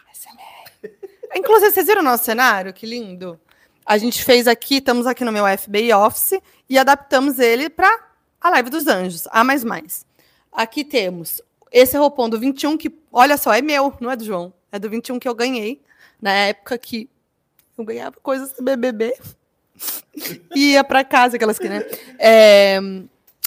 Inclusive, vocês viram o nosso cenário? Que lindo. A gente fez aqui, estamos aqui no meu FBI Office e adaptamos ele para a Live dos Anjos, a mais mais. Aqui temos esse roupão do 21, que, olha só, é meu, não é do João. É do 21 que eu ganhei, na época que eu ganhava coisas do BBB. E ia para casa, aquelas que, né? É,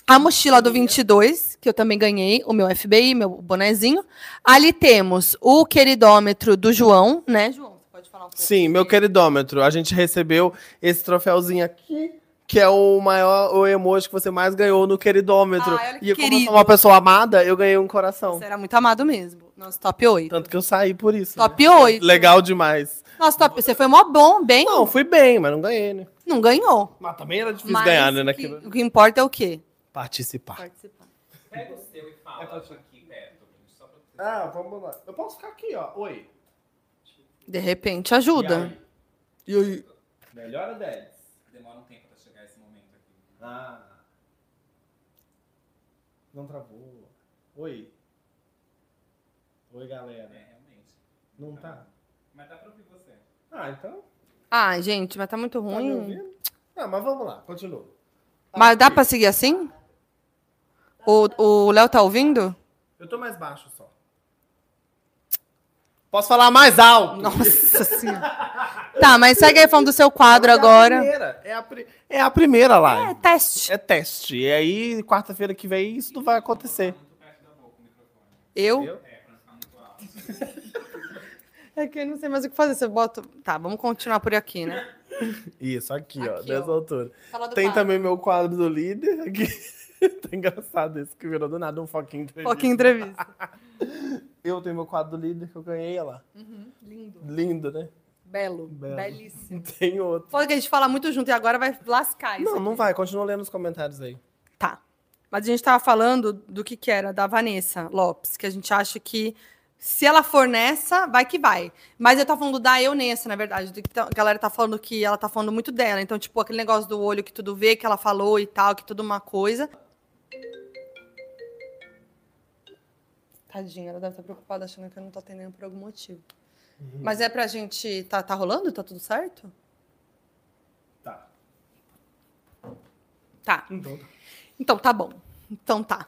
a mochila do 22, que eu também ganhei, o meu FBI, meu bonezinho. Ali temos o queridômetro do João, né, João? Você pode falar um pouco
Sim, meu
dele?
queridômetro, a gente recebeu esse troféuzinho aqui, que é o maior o emoji que você mais ganhou no queridômetro.
Ai, olha que
e como eu
querido. é
sou uma pessoa amada, eu ganhei um coração.
Você era muito amado mesmo. Nosso top 8.
Tanto que eu saí por isso. né?
Top 8.
Legal demais.
Nosso top. Você foi mó bom, bem.
Não, fui bem, mas não ganhei, né?
Não ganhou.
Mas também era difícil
Mas
ganhar, né?
que-
Naquilo.
o que importa é o quê?
Participar.
Participar.
Pega o seu e fala aqui perto. Só pra você.
Ah, vamos lá. Eu posso ficar aqui, ó. Oi.
De repente ajuda.
E aí?
Melhor ou 10? Demora um tempo pra chegar esse momento aqui.
Ah. Não travou. Oi. Oi,
É,
galera.
realmente.
Não tá?
Mas dá pra ouvir você.
Ah, então.
Ah, gente, mas tá muito
Tá me
ruim.
ouvindo? Ah, mas vamos lá, continua.
Tá. Mas dá
Aqui.
pra seguir assim? O o Léo tá ouvindo?
Eu tô mais baixo só. Posso falar mais alto?
Nossa senhora. Tá, mas segue aí falando do seu quadro
É a
agora.
primeira, É a, pri- é a primeira
É
live.
teste.
É teste. E aí, quarta-feira que vem, isso não vai acontecer.
Eu? É que eu não sei mais o que fazer. Você bota. Tá, vamos continuar por aqui, né?
Isso, aqui, ó,
Aqui, ó.
dessa
Então tá.
altura.
Fala do
Tem
quadro.
também meu quadro do líder aqui. tá engraçado esse que virou do nada um foquinho entrevista.
Pouquinho entrevista.
Eu tenho meu quadro do líder que eu ganhei, olha lá.
Uhum, Lindo.
Lindo, né?
Belo.
Belo.
Belíssimo.
Tem outro.
Fala que a gente fala muito junto e agora vai lascar isso.
Não, não
aqui.
vai. Continua lendo os comentários aí.
Tá. Mas a gente tava falando do que que era, da Vanessa Lopes, que a gente acha que se ela for nessa, vai que vai. Mas eu tava falando da eu nessa, na verdade. do que tá- a galera tá falando que ela tá falando muito dela. Então, tipo, aquele negócio do olho que tudo vê, que ela falou e tal, que tudo uma coisa. Tadinha, ela deve estar preocupada achando que eu não tô atendendo por algum motivo. Mas é pra gente. Tá, tá rolando? Tá tudo certo?
Tá.
Tá.
Então tá.
Então tá bom. Então tá.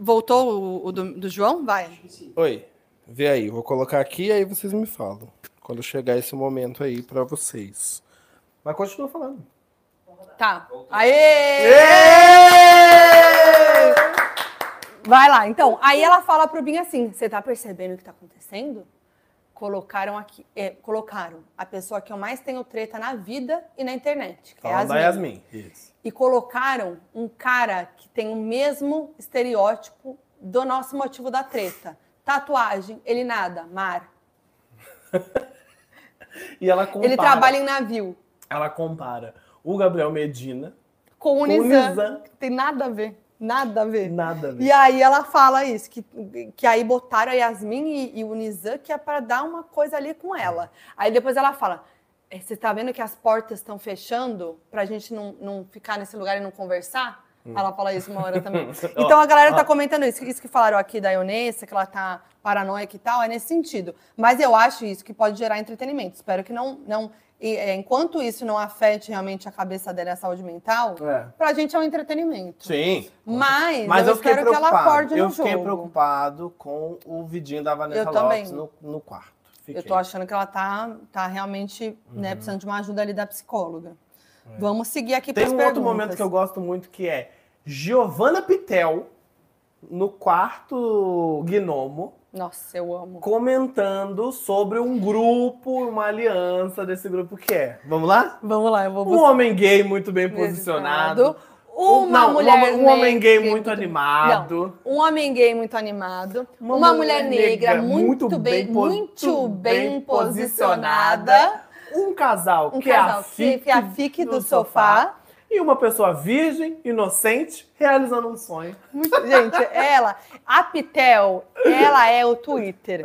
Voltou o, o do, do João? Vai.
Oi, vê aí, vou colocar aqui e aí vocês me falam. Quando chegar esse momento aí pra vocês. Mas continua falando.
Tá. Aê! Vai lá. Então, aí ela fala pro Binho assim: você tá percebendo o que tá acontecendo? Colocaram aqui, é, colocaram a pessoa que eu mais tenho treta na vida e na internet, que é a
Fala da
Yasmin.
Yasmin. Isso.
e colocaram um cara que tem o mesmo estereótipo do nosso motivo da treta. Tatuagem, ele nada, mar.
E ela compara.
Ele trabalha em navio.
Ela compara o Gabriel Medina.
Com o
Com o
Nizam,
Nizam.
que Tem nada a ver. Nada a ver.
Nada a ver.
E aí ela fala isso, que, que aí botaram a Yasmin e, e o Nizam, que é para dar uma coisa ali com ela. Aí depois ela fala, "É, você tá vendo que as portas estão fechando pra gente não, não ficar nesse lugar e não conversar?
Hum.
Ela fala isso uma hora também. Então a galera tá comentando isso. Isso que falaram aqui da Ionessa, que ela tá paranoica e tal, é nesse sentido. Mas eu acho isso que pode gerar entretenimento. Espero que não... não e, é, enquanto isso não afete realmente a cabeça dela e a saúde mental,
É.
pra gente é um entretenimento.
Sim.
Mas,
Mas
eu,
eu fiquei
espero que ela
preocupado.
acorde
eu
no
fiquei
jogo.
preocupado com o vidinho da Vanessa
Eu
Lopes
também.
no, no quarto. Fiquei. Uhum.
Eu tô achando que ela tá, tá realmente né, precisando de uma ajuda ali da psicóloga. Vamos seguir aqui
Tem um
pras
outro
perguntas.
momento que eu gosto muito que é Giovanna Pitel no quarto gnomo
Nossa, eu amo.
comentando sobre um grupo, uma aliança desse grupo que é. Vamos lá?
Vamos lá, eu vou
Um homem gay muito bem posicionado. Um-
Uma
não, um
mulher
homem- um homem gay
negra-
muito animado.
Um homem gay muito animado. Uma, mulher, negra, muito, bem, muito bem posicionada.
Um casal
Um
que é a
casal que
fique
que a fique do
no
sofá.
E uma pessoa virgem, inocente, realizando um sonho.
Muito- gente, ela. A Pitel, ela é o Twitter.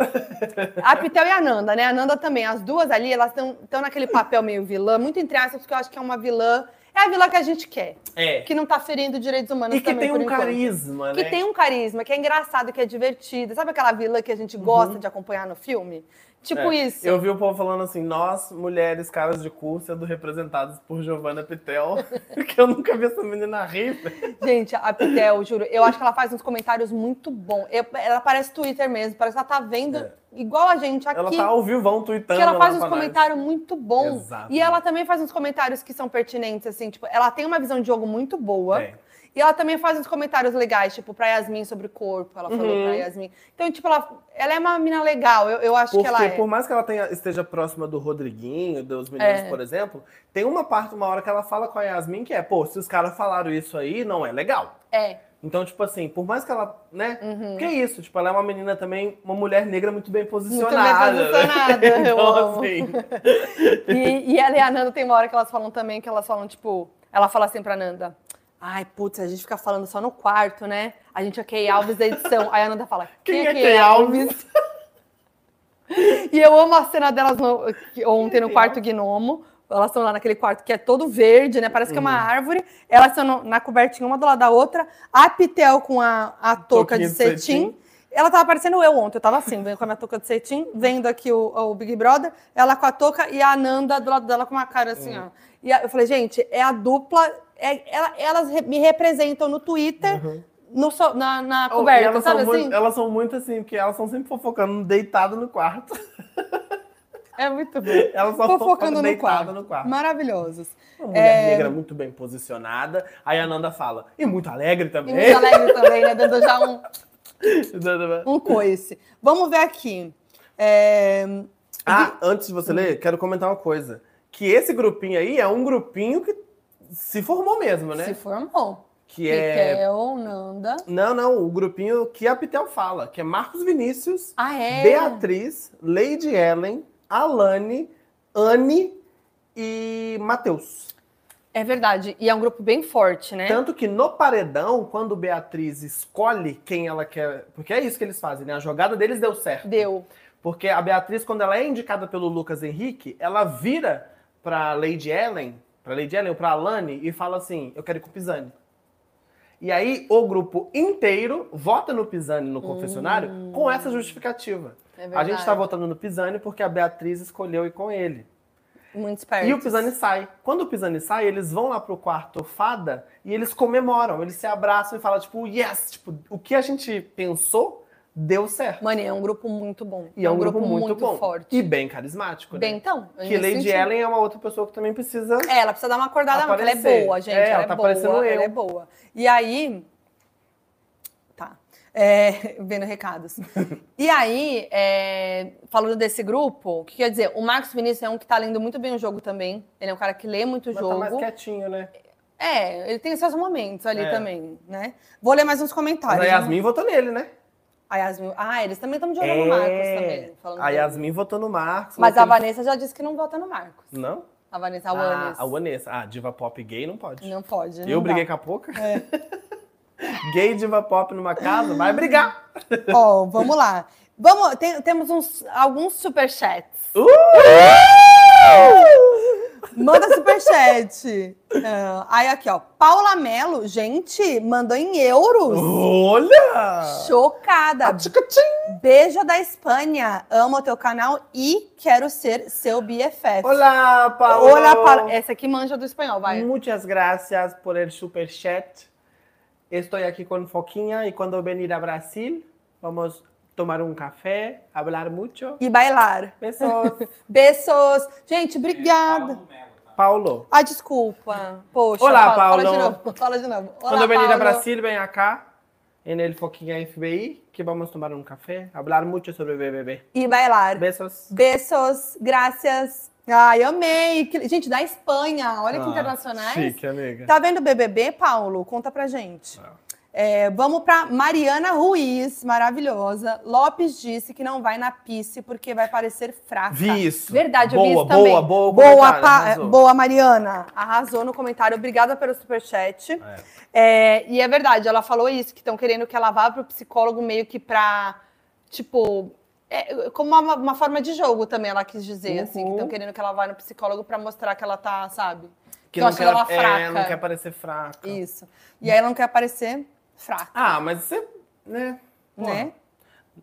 A Pitel e a Nanda, né? A Nanda também. As duas ali, elas estão naquele papel meio vilã, muito entre aspas, porque eu acho que é uma vilã. É a vilã que a gente quer,
É.
que não tá ferindo direitos humanos
E que
também.
tem
por
um
enquanto.
carisma,
Que
né?
tem um carisma, que é engraçado, que é divertida. Sabe aquela vilã que a gente gosta de acompanhar no filme? Tipo
Uhum. É,
isso.
Eu vi o povo falando assim, nós, mulheres, caras de cu, sendo representadas por Giovanna Pitel, que eu nunca vi essa menina rir. velho.
Gente, a Pitel, juro, eu acho que ela faz uns comentários muito bons. Eu- Ela parece Twitter mesmo, parece que ela tá vendo
É.
igual a gente aqui.
Ela tá ao vivão tweetando.
Que ela faz
lá
uns
pra nós.
comentários muito bons.
Exato.
E ela também faz uns comentários que são pertinentes, assim, tipo, ela tem uma visão de jogo muito boa.
Tem.
E ela também faz uns comentários legais, tipo, pra Yasmin sobre o corpo. Ela falou
Uhum.
pra Yasmin. Então, tipo, ela, ela é uma mina legal. Eu, eu acho
Porque
que ela é.
por mais que ela tenha- esteja próxima do Rodriguinho, dos meninos,
É.
por exemplo, tem uma parte, uma hora que ela fala com a Yasmin que é, pô, se os caras falaram isso aí, não é legal.
É.
Então, tipo assim, por mais que ela, né?
Uhum.
Porque é isso, tipo, ela é uma menina também, uma mulher negra muito bem posicionada. né?
posicionada, eu amo.
então, assim,
E, e ela e a Nanda tem uma hora que elas falam também, que elas falam, tipo, ela fala assim pra Nanda. Ai, putz, a gente fica falando só no quarto, né? A gente é Key Alves da edição. Aí a Nanda fala, quem, é Key Alves? e eu amo a cena delas no- que- ontem no quarto gnomo. Elas estão lá naquele quarto que é todo verde, né? Parece que é uma árvore. Elas estão no- na cobertinha uma do lado da outra. A Pitel com a, a touca de
Touquinha de cetim.
cetim. Ela tava parecendo eu ontem. Eu tava assim, vendo com a minha touca de cetim, vendo aqui o, o Big Brother. Ela com a touca e a Ananda do lado dela com uma cara
É.
assim, ó. E a- eu falei, gente, é a dupla. é- ela- elas re- me representam no Twitter, no so- na, na
Oh, e
coberta,
elas,
sabe
são
assim?
muito, elas são muito assim, porque elas são sempre fofocando deitada no quarto.
É muito bom.
Elas só
Fofocando no
fofocando
quarto. é
deitada no quarto.
Maravilhosos.
Uma mulher negra muito bem posicionada. Aí a Nanda fala, e muito alegre
E
também.
muito alegre também, né? Dando já um, um coice. Vamos ver aqui. É,
ah, antes de você ler, quero comentar uma coisa. Que esse grupinho aí é um grupinho que se formou mesmo, né?
Se formou.
Que é...
Piquel, Nanda.
Não, não, o grupinho que a Pitel fala, que é Marcos Vinícius,
Ah, é?
Beatriz, Lady Ellen, Alane, Anne e Matheus.
É verdade. E é um grupo bem forte, né?
Tanto que no paredão, quando Beatriz escolhe quem ela quer. Porque é isso que eles fazem, né? A jogada deles deu certo.
Deu.
Porque a Beatriz, quando ela é indicada pelo Lucas Henrique, ela vira pra Lady Ellen, pra Lady Ellen ou pra Alane, e fala assim: Eu quero ir com o Pisani. E aí o grupo inteiro vota no Pisani no confessionário com essa justificativa.
É Hum. verdade.
A gente tá votando no Pisani porque a Beatriz escolheu ir com ele.
Muito esperto.
E o Pisani sai. Quando o Pisani sai, eles vão lá pro quarto fada e eles comemoram, eles se abraçam e falam, tipo, yes! Tipo, o que a gente pensou deu certo.
Mano, e é um grupo muito bom.
E é um, grupo, muito, bom.
forte.
E bem carismático, né?
Bem, então. eu
Que
me
Lady
senti-
Ellen é uma outra pessoa que também precisa.
É, ela precisa dar uma acordada, não, porque ela é
Aparecer.
boa, gente. ela,
É, ela
é
tá
boa,
parecendo eu.
ela é boa. E aí. Tá. É, vendo recados. E aí, é, falando desse grupo, o que quer dizer? O Marcos Vinícius é um que tá lendo muito bem o jogo também. Ele é um cara que lê muito o
Mas
jogo.
tá mais quietinho, né?
É, ele tem seus momentos ali
É.
também, né? Vou ler mais uns
Mas
comentários.
a Yasmin votou nele, né?
A Yasmin- Ah, eles também estão de olho no Marcos também. falando
É. A
dele.
Yasmin votou no Marcos.
Mas
votou
a
no-
Vanessa já disse que não vota no Marcos.
Não?
A Vanessa, a
Ah,
Wannes.
A Vanessa. Ah, diva pop gay não pode.
Não É. pode.
Eu briguei com a pouca. gay diva pop numa casa, vai brigar.
com Ó, vamos lá. Vamos, tem- temos uns, alguns superchats.
Uh!
Manda superchat. Ah, aí aqui, ó. Paula Mello, gente, mandou em euros.
Olha!
Chocada. Beijo da Espanha. Amo teu canal e quero ser seu BFF.
Olá, Hum. Paulo!
Olá, Paula. Essa aqui manja do espanhol, vai.
Muchas gracias por el super chat. Estou aqui com Foquinha e quando eu venir a Brasil, vamos tomar um café, falar muito.
E bailar.
Besos.
Beijos.
É,
Gente, obrigada.
tá?
Paulo,
Ah, desculpa. Poxa,
Olá,
fala, fala
Paulo.
de novo. Fala de novo. Olá,
quando eu venir a
Paulo.
Brasil, vem cá, en el Foquinha FBI, que vamos tomar um café, falar muito sobre o BBB.
E bailar.
Besos.
Beijos, graças. Ai, amei. Que- Gente, da Espanha. Olha que
Ah,
internacionais.
Chique, amiga.
Tá vendo o BBB, Paulo? Conta pra gente.
Não.
É, vamos pra Mariana Ruiz, maravilhosa. Lopes disse que não vai na pisse porque vai parecer fraca.
Vi isso.
Verdade, eu vi
Boa,
isso também.
boa, boa o
Boa,
comentário,
Pa-
arrasou.
boa, Mariana. Arrasou no comentário. Obrigada pelo superchat. É, e é verdade, ela falou isso, que estão querendo que ela vá pro psicólogo meio que pra, tipo, é, como uma, uma forma de jogo também, ela quis dizer, assim, que
Uhum.
estão querendo que ela vá no psicólogo pra mostrar que ela tá, sabe?
Que
tô
não
achando
quer,
ela
é, não
fraca.
quer parecer fraca.
Isso. E aí ela não quer aparecer fraca,
Ah, mas você, né?
né?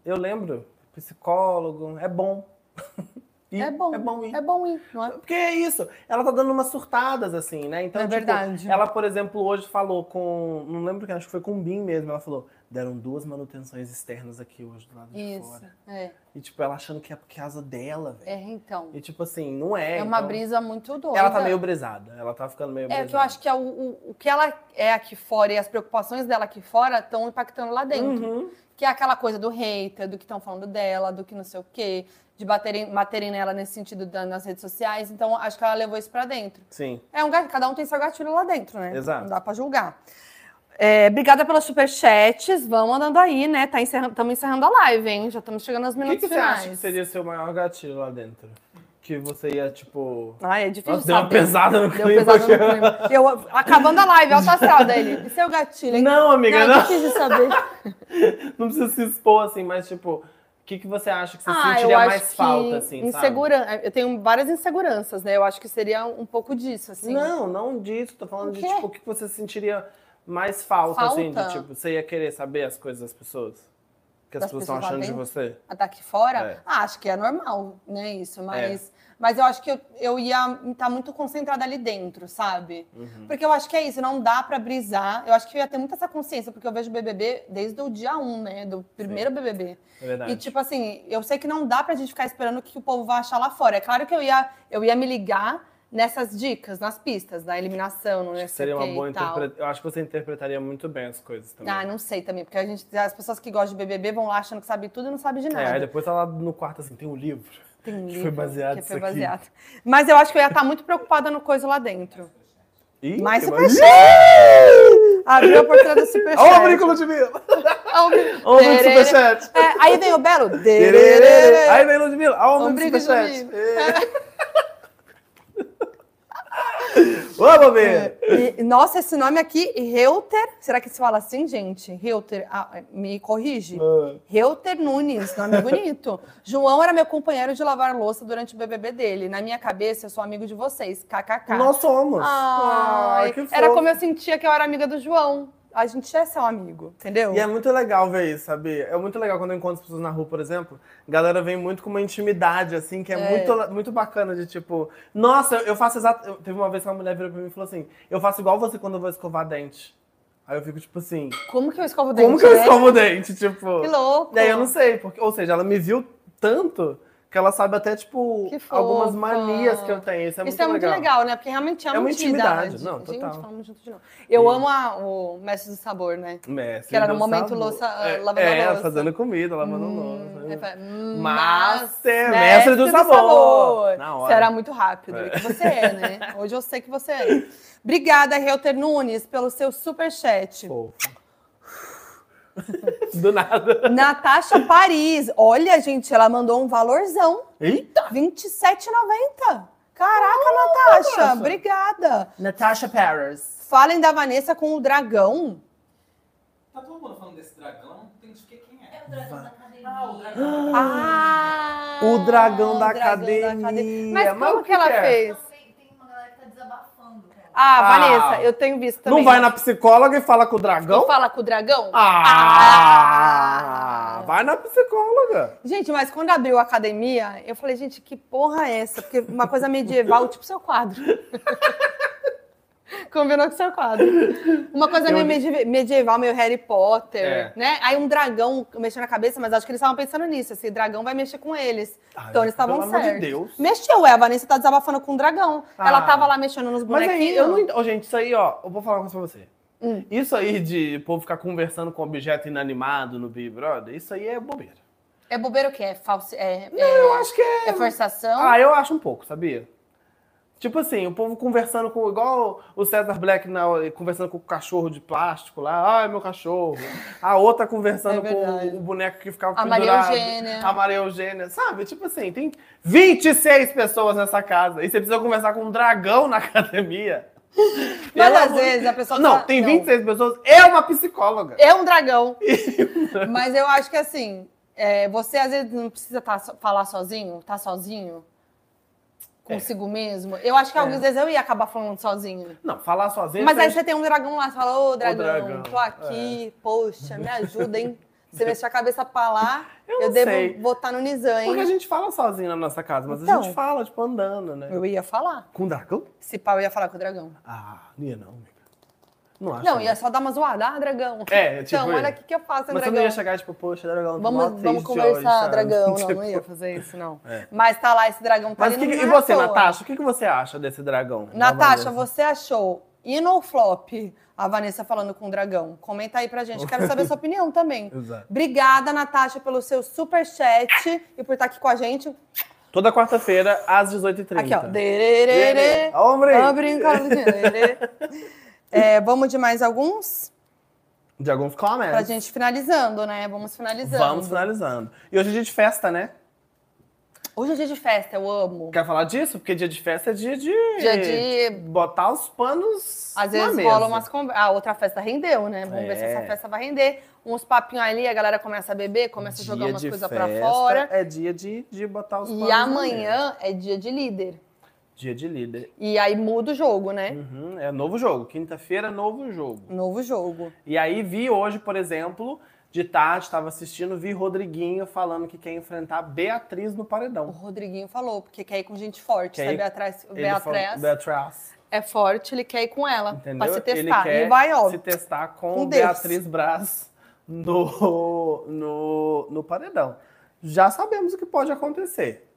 Eu lembro, psicólogo, é bom. E
É bom.
É bom ir.
É bom ir, não é?
Porque é isso, ela tá dando umas surtadas, assim, né? Então,
É
tipo,
verdade.
ela, por exemplo, hoje falou com. Não lembro quem, acho que foi com o Bim mesmo. Ela falou: deram duas manutenções externas aqui hoje do lado de
Isso.
fora.
É,
E, tipo, ela achando que é por causa dela, velho.
é então.
E, tipo, assim, não é.
É uma
então,
brisa muito doida.
Ela tá meio brisada, ela tá ficando meio
É
brisada.
o que eu acho que é o, o, o que ela é aqui fora e as preocupações dela aqui fora estão impactando lá dentro.
Uhum.
Que é aquela coisa do hater, do que estão falando dela, do que não sei o quê, de baterem, baterem nela nesse sentido da- nas redes sociais. Então, acho que ela levou isso pra dentro.
Sim.
É um gatilho, cada um tem seu gatilho lá dentro, né?
Exato.
Não dá pra julgar. É, obrigada pelos superchats. Vamos andando aí, né? Tá encerrando, estamos encerrando a live, hein? Já estamos chegando aos
O que,
minutos
que você
finais.
acha que seria o seu maior gatilho lá dentro? Que você ia, tipo.
Ai, é difícil.
Nossa, deu uma
saber.
pesada no
Deu
clima.
pesado no clima. Eu, acabando a live, alto astral dele. E seu é gatilho, hein?
Não, amiga,
não,
não.
eu preciso saber.
Não precisa se expor assim, mas tipo, o que, que você acha que você
Ah, eu
sentiria
acho
mais
que
falta, assim? sabe?
insegurança. Eu tenho várias inseguranças, né? Eu acho que seria um pouco disso, assim.
Não, não disso. Tô falando
O
de
quê?
tipo, o que você sentiria mais falta, assim, de
Falta?
tipo, você ia querer saber as coisas das pessoas? Que as
Das
pessoas estão
pessoas lá
achando de
dentro?
você?
Ah, Daqui fora,
É.
ah, acho que é normal, né? Isso, mas, mas eu acho que eu, eu ia estar muito concentrada ali dentro, sabe?
Uhum.
Porque eu acho que é isso, não dá pra brisar. Eu acho que eu ia ter muita essa consciência, porque eu vejo o BBB desde o dia 1, né? Do primeiro BBB.
É verdade.
E tipo assim, eu sei que não dá pra gente ficar esperando o que o povo vai achar lá fora. É claro que eu ia, eu ia me ligar nessas dicas, nas pistas, da eliminação, não
Acho
sei
que seria
o
uma
quê
boa
e tal.
interpretação. Eu acho que você interpretaria muito bem as coisas também.
Ah, não sei também, porque a gente, as pessoas que gostam de BBB vão lá achando que sabe tudo e não sabe de
É, aí
nada.
depois tá lá no quarto assim, tem um livro.
Tem
que foi
livro
baseado
foi
isso aqui.
baseado. Mas eu acho que eu ia estar muito preocupada no coisa lá dentro.
Ih,
Mais
tem
superchat! Abriu a oportunidade do superchat.
Ó, o brinco de mim!
Ó, o brin-
Ó, o brinco do
Tererê.
superchat!
É, aí vem o Belo.
Tererê.
Tererê.
Aí vem Ludmilla. Olha o
Obrigo
Obrigo
de
superchat. Vamos ver.
E- nossa, esse nome aqui, Reuter. Será que se fala assim, gente? Reuter, ah, me corrige.
Ah.
Reuter Nunes, nome bonito. João era meu companheiro de lavar louça durante o BBB dele. Na minha cabeça, eu sou amigo de vocês. KKK.
Nós somos.
Ai,
Ah, que fofo.
era como eu sentia que eu era amiga do João. A gente é seu amigo, entendeu?
E é muito legal ver isso, sabe? É muito legal quando eu encontro as pessoas na rua, por exemplo. A galera vem muito com uma intimidade, assim, que é,
É.
Muito, muito bacana de tipo, nossa, eu faço exato. eu- Teve uma vez que uma mulher virou pra mim e falou assim: eu faço igual você quando eu vou escovar dente. Aí eu fico tipo assim:
Como que eu escovo o dente?
como que eu
né?
escovo dente? Tipo.
Que louco.
E aí eu não sei, porque, ou seja, ela me viu tanto que ela sabe até, tipo,
Que fofa.
algumas manias que eu tenho. Isso é
Isso
muito
é muito
legal.
legal. né? Porque realmente é uma,
É uma
intimidade.
intimidade, não,
Gente,
total.
falamos junto de novo. Eu
E-
amo a- o Mestre do Sabor, né?
Mestre
Que era
do
no momento
sabor.
louça- ah,
é,
lavando a
é,
louça.
fazendo comida, lavando
Hum,
louça.
ele fala, "Hum,
Master, né? é mestre do sabor. Na hora.
Você era muito rápido.
É.
E que você é, né? Hoje eu sei que você é. Obrigada, Reuter Nunes, pelo seu superchat.
Fofo. Do nada.
Natasha Paris. Olha, gente, ela mandou um valorzão.
Eita!
R$27,90. Caraca, Natasha.
Natasha.
Obrigada.
Natasha Paris.
Falem da Vanessa com o dragão.
Tá todo mundo falando desse dragão, não identifiquei quem é.
É o dragão da academia.
Ah, o dragão.
Ah,
O dragão da
o dragão
academia.
Mas como
o
que ela
é?
fez?
Tem- Tem uma galera que tá desabafando. cara.
Ah,
Ah.
Vanessa, eu tenho visto também.
Não vai na psicóloga e fala com o dragão?
E fala com o dragão?
Ah!
Ah.
Vai na psicóloga.
Gente, mas quando abriu a academia, eu falei, gente, que porra é essa? Porque uma coisa medieval, tipo seu quadro. Combinou com seu quadro. Uma coisa
Eu-
meio medie- medieval, meio Harry Potter,
É.
né? Aí um dragão mexeu na cabeça, mas acho que eles estavam pensando nisso. Esse dragão vai mexer com eles. então eles estavam
Pelo
certos.
amor de Deus.
Mexeu, é, a Vanessa tá desabafando com o dragão.
Ah.
Ela tava lá mexendo nos
Mas
bonequinhos.
aí, eu não entendo. gente, isso aí, ó, eu vou falar uma coisa pra você.
Hum.
Isso aí de o povo ficar conversando com objeto inanimado no Big Brother, isso aí é bobeira.
É bobeiro o quê? É, falso, é,
Eu
é,
acho que é.
é forçação?
Ah, eu acho um pouco, sabia? Tipo assim, o povo conversando com. Igual o César Black na, conversando com o cachorro de plástico lá. Ai, meu cachorro. A outra
É
conversando
verdade.
com o boneco que ficava
A Maria
pendurado.
Eugênia.
A Maria Eugênia. Sabe? Tipo assim, tem 26 pessoas nessa casa. E você precisa conversar com um dragão na academia.
Mas
Pelo
às
amor de
vezes a pessoa
Não,
fala-
tem 26 pessoas. É uma psicóloga.
É um dragão. Mas eu acho que assim, é, você às vezes não precisa tá so- falar sozinho, tá sozinho consigo mesmo. Eu acho que
É.
algumas vezes eu ia acabar falando sozinho.
Não, falar sozinha.
Mas aí
você-
você tem um dragão lá, você fala, ô dragão,
dragão, é.
tô aqui, poxa, me ajuda, hein? Você mexeu a cabeça pra lá, eu,
não
devo
sei.
botar no Nizam,
Porque a
hein?
gente fala sozinho na nossa casa, mas a
Então.
gente fala, tipo, andando, né?
Eu ia falar.
Com dragão?
Se pau, eu ia falar com o dragão.
Ah, não ia não, amiga. Não acho.
Não, ia só dar uma zoada. Ah, dragão.
É, tipo
Então, olha
isso.
o que, que eu faço, hein,
Mas você
dragão.
não ia chegar, tipo, poxa, dragão, tô mó
Vamos,
triste
vamos
hoje,
conversar,
sabe?
dragão. Não, tá
Tipo,
não ia fazer isso, não.
É.
Mas tá lá, esse dragão tá
Mas
ali,
que-
não
e
é à
você,
toa.
Natasha, o que, que você acha desse dragão?
Natasha,
Da Vanessa?
você achou hino ou flop? A Vanessa falando com o dragão. Comenta aí pra gente, quero saber a sua opinião também.
Exato.
Obrigada, Natasha, pelo seu superchat e por estar aqui com a gente.
Toda quarta-feira, às 18h30.
Aqui, ó. Dererê.
Hombre.
Ó, brincando. Dererê. É, vamos de mais alguns?
De alguns
Pra
comments.
gente finalizando, né? Vamos finalizando.
Vamos finalizando. E hoje é dia de festa, né?
Hoje é dia de festa, eu amo.
Quer falar disso? Porque dia de festa é dia de.
Dia de.
Botar os panos.
Às
na
vezes
mesa.
rola umas conversas. A outra festa rendeu, né? Vamos ver se
É.
essa festa vai render. Uns papinhos ali, a galera começa a beber, começa a jogar
Dia
umas
de
coisas pra
festa
fora.
É dia de, de botar os panos.
E
na mesa.
amanhã é dia de líder.
Dia de líder.
E aí muda o jogo, né?
Uhum, é novo jogo. Quinta-feira, novo jogo.
Novo jogo.
E aí vi hoje, por exemplo, de tarde, estava assistindo, vi Rodriguinho falando que quer enfrentar Beatriz no
O
paredão.
Rodriguinho falou, porque quer ir com gente forte.
Quer
Sabe?
ir-
Beatriz,
Ele falou-
Beatriz
Beatriz.
é forte, ele quer ir com ela
Entendeu?
pra se
Ele
testar.
quer
E vai, ó.
se testar com,
com Deus.
Beatriz Braz no, no, no paredão. Já sabemos o que pode acontecer,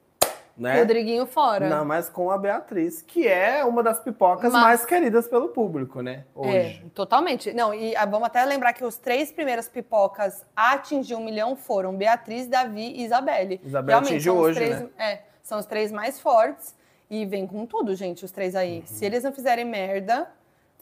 né?
Rodriguinho fora.
Não, mas com a Beatriz, que é uma das pipocas
Mas-
mais queridas pelo público, né? Hoje.
É, totalmente. Não, e ah, vamos até lembrar que os três primeiras pipocas a atingir um milhão foram Beatriz, Davi e Isabelle.
Isabel
Realmente,
atingiu
são os
hoje,
três,
né?
é, são os três mais fortes e vem com tudo, gente, os três aí. Se eles não fizerem merda,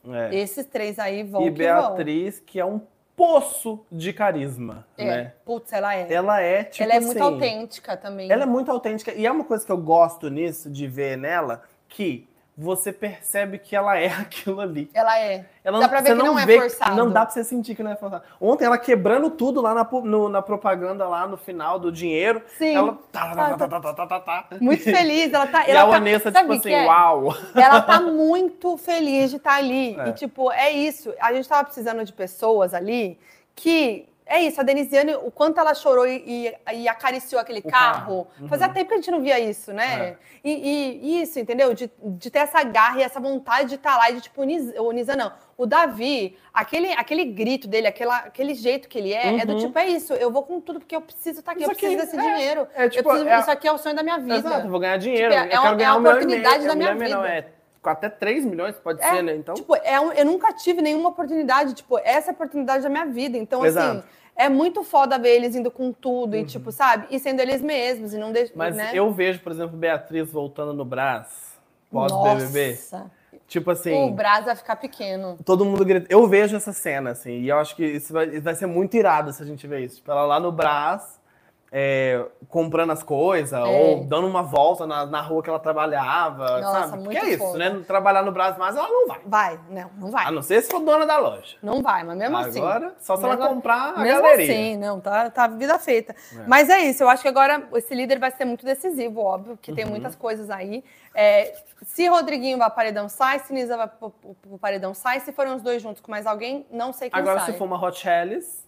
Uhum. É.
esses três aí vão
e
que
Beatriz, que é um poço de carisma,
vão. É,
né?
putz, ela é.
Ela é, tipo
ela é muito
assim,
autêntica também.
Ela é muito autêntica. E é uma coisa que eu gosto nisso, de ver nela, que você percebe que ela é aquilo ali.
Ela é.
Ela
Dá pra ver
você
que não é forçado.
Não dá pra você sentir que não é forçado. Ontem ela quebrando tudo lá na, pu- no- na propaganda, lá no final do dinheiro.
Sim.
Ela. Tá, tá, tá, tá, tá, tá, tá, tá.
Muito feliz. Ela tá.
E
ela
a
tá-
Vanessa,
sabe
tipo
o que
assim,
é?
uau.
Ela tá muito feliz de estar ali.
É.
E, tipo, é isso. A gente tava precisando de pessoas ali que. É isso, a Denisiane, o quanto ela chorou e, e- e acariciou aquele
O
carro.
carro. Uhum. É.
Fazia tempo que a gente não via isso, né? E, e- e isso, entendeu? De, de ter essa garra e essa vontade de estar lá e de, tipo, Nis- o Nisa, não. O Davi, aquele, aquele grito dele, aquela, aquele jeito que ele é, é do
Uhum.
tipo, é isso, eu vou com tudo porque eu preciso estar aqui,
Isso
eu preciso
aqui,
desse
é.
dinheiro.
É
eu preciso,
é-
isso aqui é o sonho da minha vida.
Exato, eu vou ganhar dinheiro.
Tipo, é-
eu
é
quero
uma- é
ganhar
uma
o meu
oportunidade
e-mail,
da
é um
minha
milhão e meio,
vida.
não, é com até 3 milhões, pode
É,
ser, né? Então,
Tipo, é um- eu nunca tive nenhuma oportunidade, tipo, essa é a oportunidade da minha vida. Então, assim,
Exato. Uhum.
é muito foda ver eles indo com tudo e, tipo, sabe? E sendo eles mesmos e não deixando.
mas
né?
eu vejo, por exemplo, Beatriz voltando no Brás,
Nossa,
pós-BBB. Tipo
O
assim,
Brás vai ficar pequeno.
todo mundo grita. Eu vejo essa cena, assim, e eu acho que isso vai, isso vai ser muito irado se a gente ver isso. Tipo, ela lá no Brás, é, comprando as coisas,
É.
ou dando uma volta na, na rua que ela trabalhava,
Nossa,
sabe? Porque
muito
é isso,
foda.
né? Trabalhar no Brás mais, ela não vai.
Vai, não, não vai.
A Ah, não ser se for dona da loja.
Não vai, mas mesmo assim.
agora, só se
Mesmo-
ela comprar a
Mesmo
galeria.
assim, não, tá, tá vida feita.
É.
Mas é isso, eu acho que agora esse líder vai ser muito decisivo, óbvio, que tem
Uhum.
muitas coisas aí. É, se Rodriguinho vai pro paredão, sai. Se Nisa vai pro, pro- pro paredão, sai. Se forem os dois juntos com mais alguém, É não sei quem
Agora,
sai.
se for uma Hot Hellis,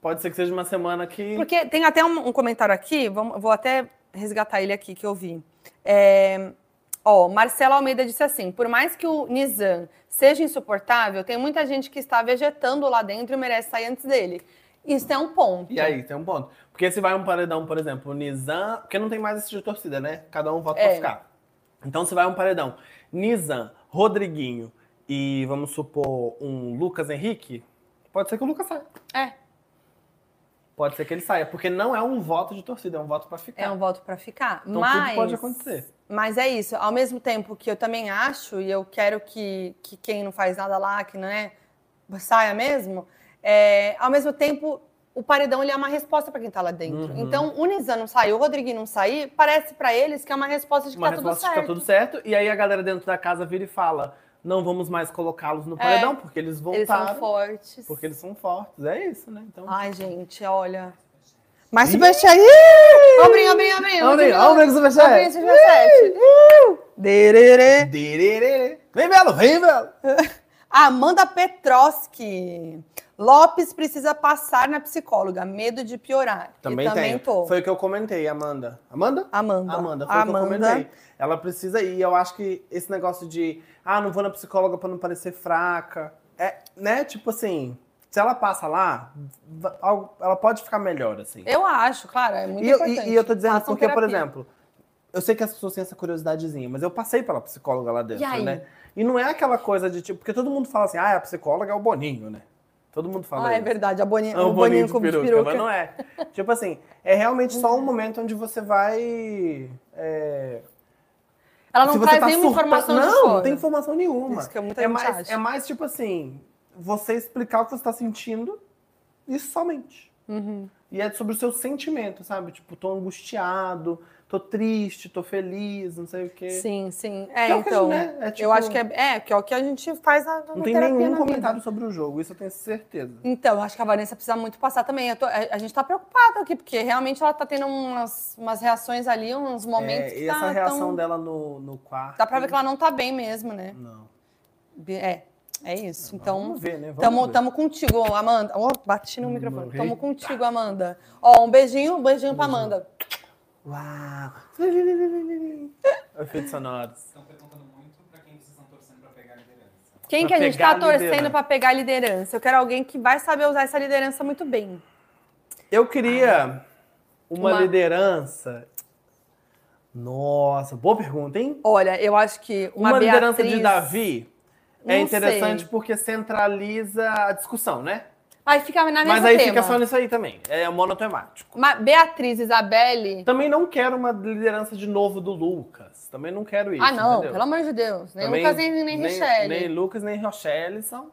pode ser que seja uma semana que.
Porque tem até um, um comentário aqui, vamos- vou até resgatar ele aqui que eu vi. É, ó, Marcela Almeida disse assim: por mais que o Nizam seja insuportável, tem muita gente que está vegetando lá dentro e merece sair antes dele. Isso é um ponto.
E aí, tem um ponto. Porque se vai um paredão, por exemplo, Nizam. Porque não tem mais esse de torcida, né? Cada um vota
É.
pra ficar. Então se vai um paredão. Nizam, Rodriguinho e vamos supor um Lucas Henrique, pode ser que o Lucas saia.
É.
Pode ser que ele saia. Porque não é um voto de torcida, é um voto pra ficar.
É um voto para ficar.
Então
mas,
tudo pode acontecer.
Mas é isso. Ao mesmo tempo que eu também acho, e eu quero que, que quem não faz nada lá, que não é, saia mesmo, é, ao mesmo tempo, o paredão ele é uma resposta para quem tá lá dentro.
Uhum.
Então, o Nizam não saiu, o Rodriguinho não sair, parece para eles que é uma resposta de que
uma
tá tudo
resposta
certo.
de que tá tudo certo. E aí a galera dentro da casa vira e fala: não vamos mais colocá-los no paredão, porque
É.
eles
Eles
voltaram.
são fortes. Ah.
Porque eles são fortes. É isso, né? Então.
Ai, gente, olha. Mais
Ih!
superchat. Abrinho, abrinho, abrinho.
Abre, abre o
Abrinho,
superchat. uh!
superchat. Dererê.
Dererê. Vem, Belo, vem, Belo.
Amanda Petroski. Lopes precisa passar na psicóloga. Medo de piorar.
Também,
Eu também
tem.
tô.
Foi o que eu comentei, Amanda. Amanda?
Amanda.
Amanda, foi o que eu comentei. Ela precisa ir. Eu acho que esse negócio de, ah, não vou na psicóloga pra não parecer fraca. É, né? Tipo assim, se ela passa lá, va- algo- ela pode ficar melhor, assim.
Eu acho, claro, é muito
E eu, e-
importante.
e eu tô dizendo
Façam
porque, por
terapia.
exemplo, eu sei que as pessoas têm essa curiosidadezinha, mas eu passei pela psicóloga lá dentro,
E aí?
né? E não é aquela coisa de tipo, porque todo mundo fala assim, ah, a psicóloga é o Boninho, né? Todo mundo fala
Ah, é
isso.
verdade. A boninha,
É o
o boninho,
de
com
peruca,
peruca. peruca.
mas não é. tipo assim, é realmente só um momento onde você vai. é,
Ela não
se você
traz
tá
nenhuma
surta-
informação de
Não,
fora.
não tem informação nenhuma.
Isso que muita
É
gente
mais,
acha.
é mais tipo assim, você explicar o que você está sentindo e somente.
Uhum.
E é sobre o seu sentimento, sabe? Tipo, tô angustiado, tô triste, tô feliz, não sei o quê.
Sim, sim.
Que
É,
o que a
então.
gente, né? É tipo,
eu acho que é, é, que é o que a gente faz na, na
Não tem
é terapia
nenhum
na vida.
comentário sobre o jogo, isso eu tenho certeza.
Então, acho que a Vanessa precisa muito passar também. Eu tô- a, a gente tá preocupada aqui, porque realmente ela tá tendo umas, umas reações ali, uns momentos
É,
que
e
tá
essa reação
tão-
dela é no, no quarto.
Dá pra ver que ela não tá bem mesmo, né?
Não.
É, é isso. Então,
Vamos ver, né? Vamos
tamo,
ver.
tamo contigo, Amanda. Ó, bati
Hum,
no microfone.
Morri.
Tamo contigo, Amanda. Ó, um beijinho, um beijinho
Uhum.
pra Amanda.
Uau! Efeitos sonoros.
Estão perguntando muito pra quem vocês estão torcendo pra pegar a liderança.
Quem
Pra
que a gente
pegar
tá
a liderança.
torcendo pra pegar a liderança? Eu quero alguém que vai saber usar essa liderança muito bem.
Eu queria uma,
Uma-
liderança. Nossa, boa pergunta, hein?
Olha, eu acho que uma,
Uma, liderança
Beatriz-
de Davi é
Não
interessante
sei.
porque centraliza a discussão, né?
Aí fica na mesma
Mas aí
É tema.
fica só nisso aí também. É monotemático.
Ma- Beatriz, Isabelle...
Também não quero uma liderança de novo do Lucas. Também não quero isso.
ah, não,
entendeu?
pelo amor de Deus. Nem
Também
Lucas, nem, nem, Richelle.
Nem
Nem,
Lucas, nem Rochelle são.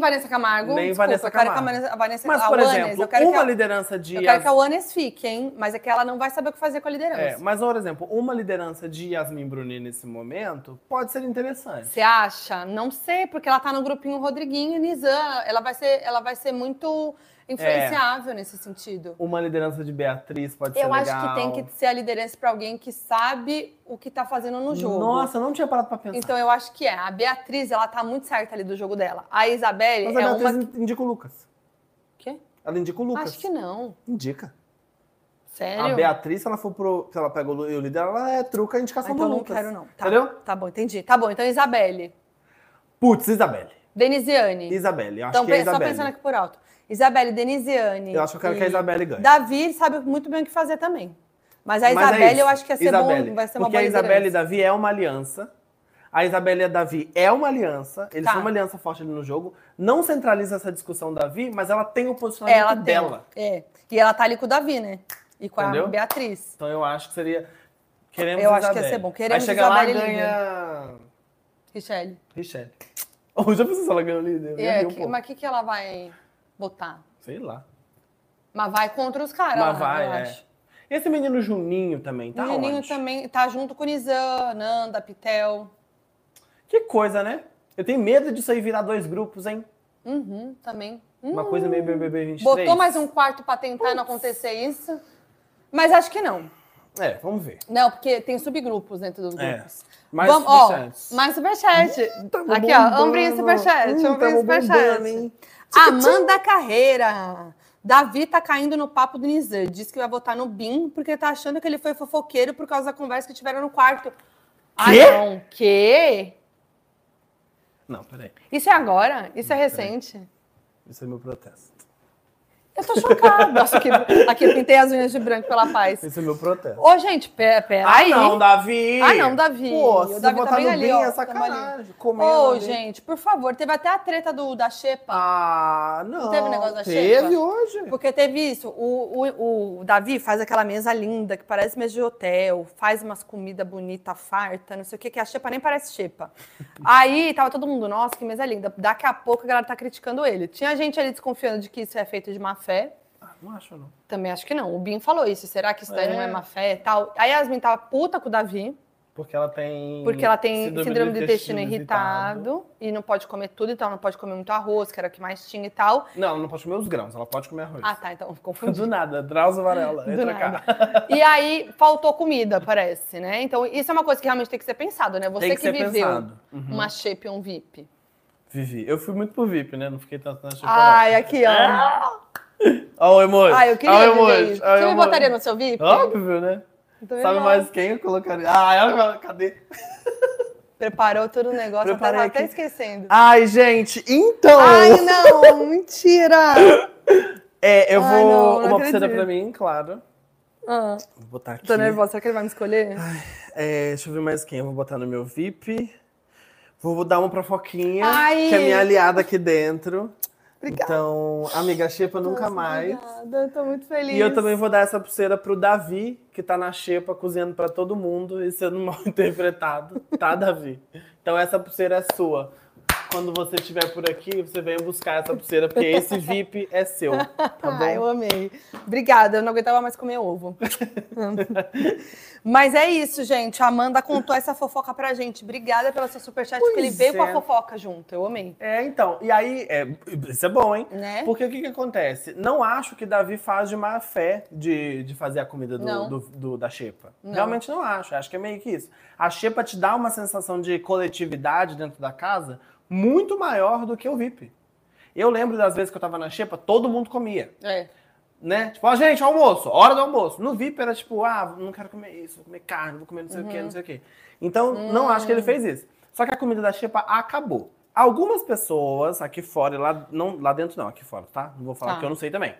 Vanessa Camargo.
Nem
Desculpa,
Vanessa
eu quero
Camargo.
que a Vanessa, a Vanessa
Mas,
a
por
Wannes,
exemplo,
eu quero que
uma
a-
liderança de.
Eu quero
Yas-
que a Oanes fique, hein? Mas é que ela não vai saber o que fazer com a liderança.
É, mas, por exemplo, uma liderança de Yasmin Bruni nesse momento pode ser interessante.
Você acha? Não sei, porque ela tá no grupinho Rodriguinho e Nizam. Ela vai ser, ela vai ser muito influenciável nesse sentido.
Uma liderança de Beatriz pode É. ser
Eu acho
legal.
que tem que ser a liderança para alguém que sabe o que tá fazendo no jogo.
Nossa, eu não tinha parado pra pensar.
Então eu acho que é. A Beatriz, ela tá muito certa ali do jogo dela. A Isabelle
mas
é
a
uma.
Beatriz indica o Lucas.
Quê?
Ela indica o Lucas.
Acho que não.
Indica. A
Sério?
Beatriz, se ela for pro. Se ela pega o, Lu- e o líder, ela é, truca a
Ah,
indicação
então
do
não
Lucas.
quero, não. Tá,
Entendeu?
tá bom, entendi. Tá bom, então Isabelle.
Putz, Isabelle.
Denisiane.
Isabelle, eu acho
Então,
que é
pe- só
Isabelle.
pensando aqui por alto. Isabelle, Denisiane.
Eu acho que eu quero que a
e-
Isabelle ganhe.
Davi sabe muito bem o que fazer também. Mas a
Mas é
Isabelle
isso.
eu acho que ia ser
Isabelle.
bom, vai ser uma
Porque
boa
a Isabelle e
liderança.
Davi é uma aliança. A Isabelle e a Davi é uma aliança. Eles
Tá.
são uma aliança forte ali no jogo. Não centraliza essa discussão Davi, mas ela tem o
É,
posicionamento
ela tem.
dela.
É. E ela tá ali com o Davi, né? E com a
Entendeu?
Beatriz.
Então eu acho que seria. Queremos
Eu acho que ia
Isabelle.
ser bom. Queremos
Aí chega lá e
Isabelle
ganha.
Richelle.
Richelle. Hoje já pensou se ela ganhou o líder? Eu ia
É,
rir um
que-
pouco.
mas o que, que ela vai botar?
Sei lá.
Mas vai contra os caras,
Mas
lá,
vai,
eu
é.
acho.
Esse menino Juninho também, tá?
o Juninho
onde?
também tá junto com o Nizam, Nanda, Pitel.
Que coisa, né? Eu tenho medo disso aí virar dois grupos, hein?
Uhum, também.
Uma
Hum.
coisa meio BBB 23.
Botou mais um quarto pra tentar não acontecer isso. Mas acho que não.
É, vamos ver.
Não, porque tem subgrupos dentro dos
É.
grupos.
Mais
Vamos, ó,
superchats.
mais superchat.
Hum, Tamo
Aqui, ó,
bombando.
ombrinho superchat,
Hum,
ombrinho
tamo
superchat.
bombando, hein?
Amanda Carreira. Davi tá caindo no papo do Nizam. Diz que vai votar no Bim porque tá achando que ele foi fofoqueiro por causa da conversa que tiveram no quarto. Ah,
Quê?
não. Quê?
Não, peraí.
Isso é agora? Isso é recente?
Isso é meu protesto.
Eu tô chocada. Nossa, aqui, aqui eu pintei as unhas de branco pela paz.
Esse é meu protesto.
Ô, gente, pera, pera
ah,
aí.
não, Davi!
Ah, não, Davi.
Pô,
O
se
Davi tá
botar
bem
no
ali,
bem
ó,
é
tamo ali.
sacanagem. Comendo
Ô,
ali.
gente, por favor, teve até a treta do, da Xepa.
Ah, não.
Não teve negócio da
Teve
xepa?
hoje.
Porque teve isso. O, o, o Davi faz aquela mesa linda, que parece mesa de hotel, faz umas comidas bonitas, farta, não sei o que, que a xepa nem parece xepa. Aí tava todo mundo, nossa, que mesa linda. Daqui a pouco a galera tá criticando ele. Tinha gente ali desconfiando de que isso é feito de má fé.
Ah, não acho, não.
Também acho que não. O Bim falou isso. Será que isso daí não é
É.
má fé e tal? Aí a Yasmin tava puta com o Davi,
Porque ela tem.
porque ela tem um síndrome,
do
do intestino irritado e não pode comer tudo, então não pode comer muito arroz, que era o que mais tinha e tal.
Não, ela não pode comer os grãos, ela pode comer arroz.
Ah, tá, então confundi.
Do nada, Drauzio Varela.
Do
entra
nada.
cá.
E aí faltou comida, parece, né? Então isso é uma coisa que realmente tem que ser pensado, né? Você
Tem
que,
que, ser
viveu
pensado. Uhum.
uma shape e um VIP.
Vivi. Eu fui muito pro VIP, né? Não fiquei tanto na xepa. não.
Ai, aqui, ó.
É? Ó o emoji.
Ai, eu queria
Ó o
viver
emoji.
isso.
Ó o
Você me
emoji.
botaria no seu VIP?
Óbvio, né?
Então, eu
Sabe
não.
mais quem eu colocaria? Ah, olha, cadê?
Preparou todo o negócio, eu tava
Preparei
até
aqui. Ah,
esquecendo.
Ai, gente, então.
Ai, não, mentira!
É, eu vou.
Ai, não, não
uma pulseira
acredito.
pra mim, claro.
Ah,
Vou botar aqui.
tô nervosa, será que ele vai me escolher?
É, deixa eu ver mais quem eu vou botar no meu VIP. Vou dar uma pra Foquinha,
Ai.
que é minha aliada aqui dentro.
Obrigada.
Então, amiga Xepa nunca
Nossa,
mais.
Obrigada, eu tô muito feliz.
E eu também vou dar essa pulseira pro Davi, que tá na xepa cozinhando pra todo mundo e sendo mal interpretado, tá, Davi? Então essa pulseira é sua. Quando você estiver por aqui, você vem buscar essa pulseira, porque esse VIP é seu, tá
Ah, eu
bom?
amei. Obrigada, eu não aguentava mais comer ovo. Mas é isso, gente. A Amanda contou essa fofoca pra gente. Obrigada pelo seu superchat, porque ele
Pois
veio com a
é.
fofoca junto. Eu amei.
É, então. E aí, é, isso é bom, hein?
Né?
Porque o que, que acontece? Não acho que Davi faz de má fé de, de fazer a comida do-
Não.
do- do- da xepa.
Não.
Realmente não acho. Acho que é meio que isso. A xepa te dá uma sensação de coletividade dentro da casa muito maior do que o VIP. Eu lembro das vezes que eu tava na xepa, todo mundo comia.
É.
Né? Tipo, ó, gente, almoço, hora do almoço. No VIP era tipo, ah, não quero comer isso, vou comer carne, vou comer não sei o
Uhum.
quê, não sei o quê. Então, não
Hum.
acho que ele fez isso. Só que a comida da xepa acabou. Algumas pessoas aqui fora, e lá, não, lá dentro não, aqui fora, tá? Não vou falar
Tá. Hum.
que eu não sei também.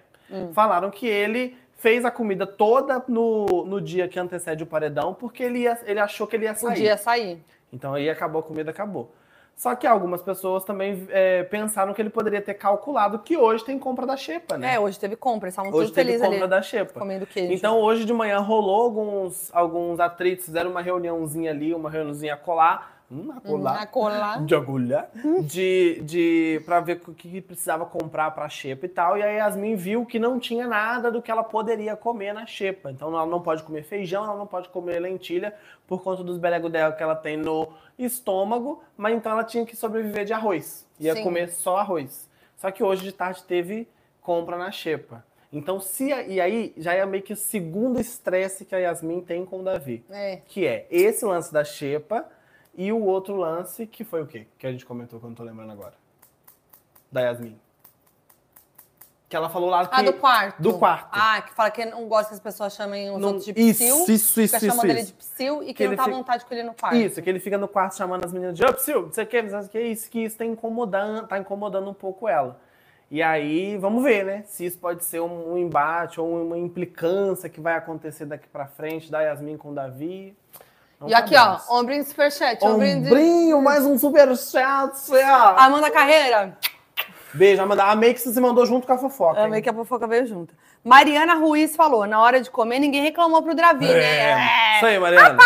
Falaram que ele fez a comida toda no, no dia que antecede o paredão, porque ele, ia- ele achou que ele ia sair.
Podia sair.
Então aí acabou a comida, acabou. Só que algumas pessoas também é, pensaram que ele poderia ter calculado que hoje tem compra da xepa, né?
É, hoje teve compra. Eles estavam
hoje
tudo
teve
felizes
compra
ali.
da xepa.
Comendo queijo.
Então hoje de manhã rolou alguns, alguns atritos, fizeram uma reuniãozinha ali, uma reuniãozinha a colar. Hum, a
Hum,
colar.
a colar.
De agulha. De, de, pra ver o que que precisava comprar pra xepa e tal. E aí a Yasmin viu que não tinha nada do que ela poderia comer na xepa. Então ela não pode comer feijão, ela não pode comer lentilha por conta dos belegos dela que ela tem no estômago. Mas então ela tinha que sobreviver de arroz. Ia
Sim.
comer só arroz. Só que hoje de tarde teve compra na xepa. Então, se. a- E aí já é meio que o segundo estresse que a Yasmin tem com o Davi
É.
que é esse lance da xepa e o outro lance que foi o quê? Que a gente comentou que eu não tô lembrando agora. Da Yasmin. Que ela falou lá que...
Ah, do quarto.
do quarto.
Ah, que fala que não gosta que as pessoas chamem os
não-
outros de
isso,
psil.
isso, isso,
Fica
isso,
chamando ele de
isso.
psil e que,
Que
não
ele
tá à
fica-
vontade com ele no quarto.
Isso, que ele fica no quarto chamando as meninas de "Ô, psil, não sei o que, não sei o que, isso, que isso tá incomodando, tá incomodando um pouco ela. E aí, vamos ver, né? Se isso pode ser um, um embate ou uma implicância que vai acontecer daqui pra frente da Yasmin com o Davi. Não tá
E aqui, ó,
sabemos.
ombrinho superchat. Ombrinho de...
Ombrinho, Um mais um super chat. é.
Amanda Carreira.
Beijo, Amanda. Amei que você se mandou junto com a fofoca.
Amei
hein?
que a fofoca veio junto. Mariana Ruiz falou: na hora de comer, ninguém reclamou pro Dravi, né?
É. Isso aí, Mariana.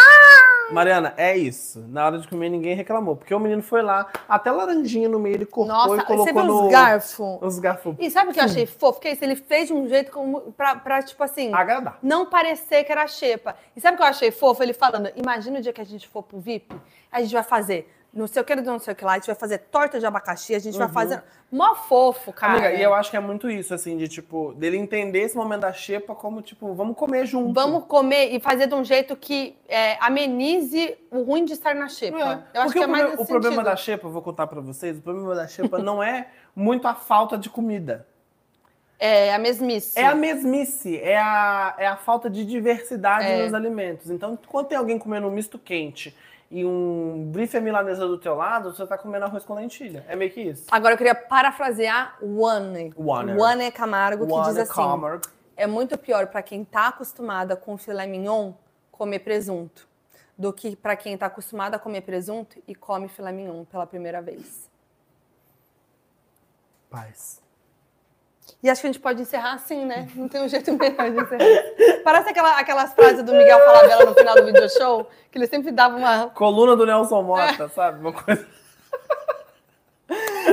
Mariana, é isso. Na hora de comer, ninguém reclamou. Porque o menino foi lá, até laranjinha no meio, ele cortou
Nossa,
e
você
colocou
viu
no.
os garfos?
Os garfos.
E sabe o que eu achei fofo? Que é isso, ele fez de um jeito como pra, pra, tipo assim,
Agradar.
não parecer que era xepa. E sabe o que eu achei fofo? Ele falando: imagina o dia que a gente for pro VIP, a gente vai fazer não sei o que, não sei o que lá, a gente vai fazer torta de abacaxi, a gente vai fazer. Mó fofo, cara.
Uhum. Amiga, e eu acho que é muito isso, assim, de tipo, dele entender esse momento da xepa como, tipo, vamos comer junto.
Vamos comer e fazer de um jeito que é, amenize o ruim de estar na xepa.
É,
Eu acho
porque
que é
o,
mais
proble- o
nesse
problema
sentido.
da xepa, eu vou contar pra vocês, o problema da xepa não é muito a falta de comida.
É a mesmice.
É a mesmice, é a, é a falta de diversidade
É.
nos alimentos. Então, quando tem alguém comendo um misto quente e um bife à milanesa do teu lado, você tá comendo arroz com lentilha. É meio que isso.
Agora eu queria parafrasear Wanne.
Wanner.
Wanne Camargo, que diz
Wanna
assim:
Comer.
é muito pior para quem tá acostumada com filé mignon comer presunto do que para quem tá acostumada a comer presunto e come filé mignon pela primeira vez.
Paz.
E acho que a gente pode encerrar assim, né? Não tem um jeito melhor de encerrar. Parece aquela, aquelas frases do Miguel Falabella no final do video show, que ele sempre dava uma
Coluna do Nelson Mota, sabe? Uma coisa.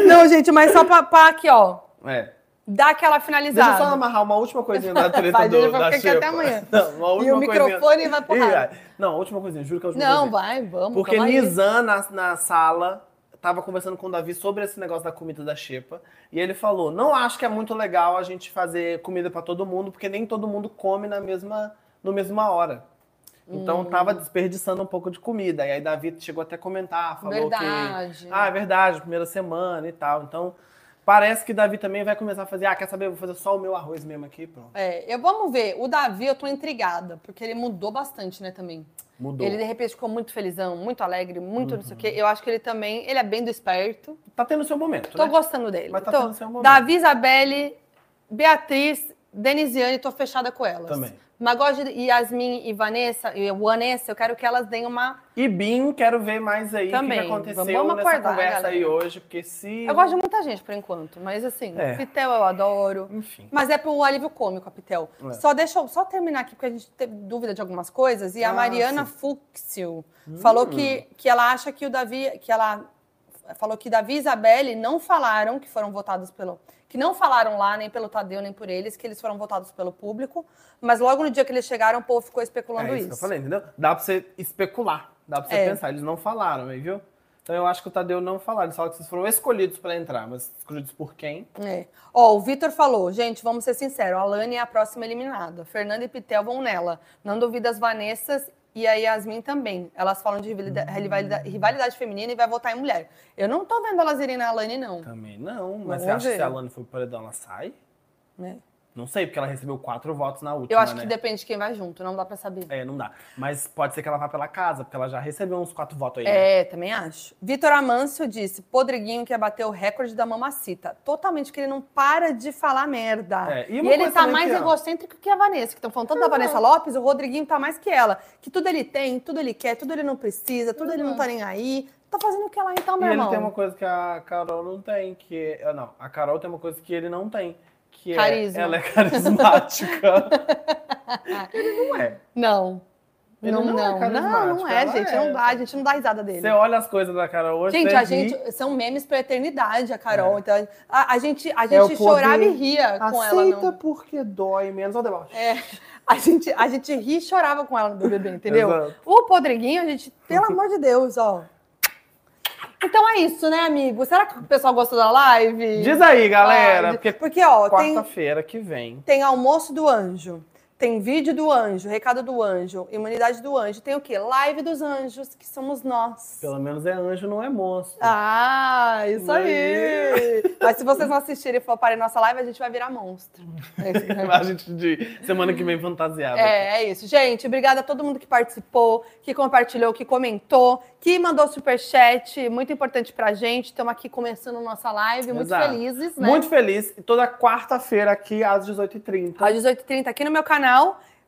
Não, gente, mas só pra, pra aqui, ó.
É.
Dá aquela
Deixa eu só
finalizada.
amarrar uma última coisinha da treta
Vai,
do,
gente, vai
da
ficar aqui
xepa.
até amanhã.
Não, uma
E o
última coisinha.
microfone vai pro
Ih,
rabo.
ai. Não, a última coisinha, juro que é a última
Não,
coisinha.
vai, vamos.
Porque
calma aí.
Nizam, na, na sala, tava conversando com o Davi sobre esse negócio da comida da xepa. E ele falou: não acho que é muito legal a gente fazer comida pra todo mundo, porque nem todo mundo come na mesma, no mesma hora.
Hum.
Então tava desperdiçando um pouco de comida. E aí Davi chegou até a comentar, falou
Verdade.
que. Ah, é verdade, primeira semana e tal. Então. Parece que Davi também vai começar a fazer. Ah, quer saber? Eu Vou fazer só o meu arroz mesmo aqui, pronto.
É, eu vamos ver. O Davi, eu tô intrigada, porque ele mudou bastante, né, também.
Mudou. Uhum.
Ele, de repente, ficou muito felizão, muito alegre, muito não sei o quê. Eu acho que ele também, ele é bem do esperto.
Tá tendo seu momento.
Tô
né?
gostando dele.
Mas tá
Tô-
tendo seu momento.
Davi, Isabelle, Beatriz, Denisiane, tô fechada com elas.
Também.
Mas gosto de Yasmin e Vanessa, e Vanessa, eu quero que elas deem uma
E Bim, quero ver mais aí o que que,
Também.
aconteceu
Vamos
nessa
acordar,
conversa aí
galera.
hoje, porque se.
Eu gosto de muita gente por enquanto, mas assim,
É.
Pitel eu adoro.
Enfim.
Mas é pro alívio cômico a Pitel.
É.
Só deixa eu só terminar aqui, porque a gente teve dúvida de algumas coisas. E a
Ah, Hum.
Mariana Fuxio falou que, que ela acha que o Davi. que ela falou que Davi e Isabelle não falaram que foram votados pelo. que não falaram lá, nem pelo Tadeu, nem por eles, que eles foram votados pelo público. Mas logo no dia que eles chegaram, o povo ficou especulando
É isso que eu falei, entendeu? Dá pra você especular, dá pra você
É.
pensar. Eles não falaram, aí, viu? Então eu acho que o Tadeu não falaram. Eles falaram que vocês foram escolhidos pra entrar, mas escolhidos por quem?
É. Ó, o Vitor falou, gente, vamos ser sinceros, a Lani é a próxima eliminada. Fernanda e Pitel vão nela. Não duvida as Vanessas e a Yasmin também. Elas falam de rivalida- rivalida- rivalidade, feminina e vai votar em mulher. Eu não tô vendo elas irem na Lani, não.
Também não. Mas
Vamos
você acha que
ver.
se a Lana for pro paredão, ela sai?
né?
Não sei, porque ela recebeu quatro votos na última,
Eu acho
né?
que depende de quem vai junto, não dá pra saber.
É, não dá. Mas pode ser que ela vá pela casa, porque ela já recebeu uns quatro votos aí. né?
É, também acho. Vitor Amâncio disse: Podriguinho quer bater o recorde da mamacita. Totalmente que ele não para de falar merda.
É, e
E,
uma
ele
coisa
tá
também
mais
que, ó,
egocêntrico que a Vanessa, que estão falando tanto da Vanessa Lopes, o Rodriguinho tá mais que ela. Que tudo ele tem, tudo ele quer, tudo ele não precisa, tudo ele não tá nem aí. Tá fazendo o que lá então,
E
meu
ele
irmão?
tem uma coisa que a Carol não tem, que. ah, Não, a Carol tem uma coisa que ele não tem. Que é-
Carisma.
ela é carismática. ele não é.
Não.
Ele
não,
não é
não. não, não,
carismático,
é,
ela
gente.
é.
Não dá, a gente não dá risada dele.
Você olha as coisas da Carol hoje.
Gente,
você
a
ri.
gente são memes pra eternidade, a Carol.
É.
Então, a, a gente, a
o
gente
poder.
chorava e ria tá com ela.
Aceita
Não.
porque dói menos ao deboche.
É, a gente, a gente ri e chorava com ela no BBB, entendeu?
Exato.
O Podriguinho, a gente, pelo amor de Deus, ó. Então é isso, né, amigo? Será que o pessoal gostou da live?
Diz aí, galera.
Ai,
porque
Porque, É, tipo, ó, tem,
quarta-feira que vem.
tem almoço do anjo, tem vídeo do anjo, recado do anjo, imunidade do anjo, tem o quê? Live dos anjos, que somos nós.
Pelo menos é anjo, não é monstro.
Ah, isso aí! Mas se vocês não assistirem e floparem nossa live, a gente vai virar monstro. É isso que vai
A gente de semana que vem fantasiada.
É, é isso. Gente, obrigada a todo mundo que participou, que compartilhou, que comentou, que mandou superchat. Muito importante pra gente. Estamos aqui começando nossa live, muito
Exato.
felizes, né?
Muito feliz. E toda quarta-feira aqui às 18h30.
Às 18h30 aqui no meu canal.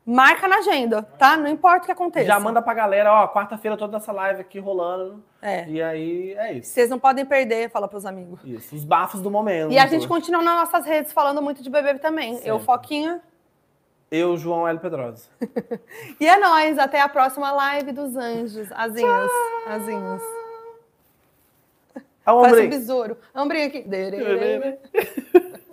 Marca na agenda, tá? Não importa o que aconteça.
Já manda pra galera, ó, quarta-feira toda essa live aqui rolando.
É.
E aí é isso.
Vocês não podem perder, fala pros amigos.
Isso, os bafos do momento.
E a gente continua nas nossas redes falando muito de bebê também. Eu,
Sempre.
Foquinha.
Eu, João L. Pedrosa.
E é nóis. Até a próxima live dos anjos. Asinhas. Asinhas.
Ah, um
Faz um
brinco.
besouro. Ombrinho aqui.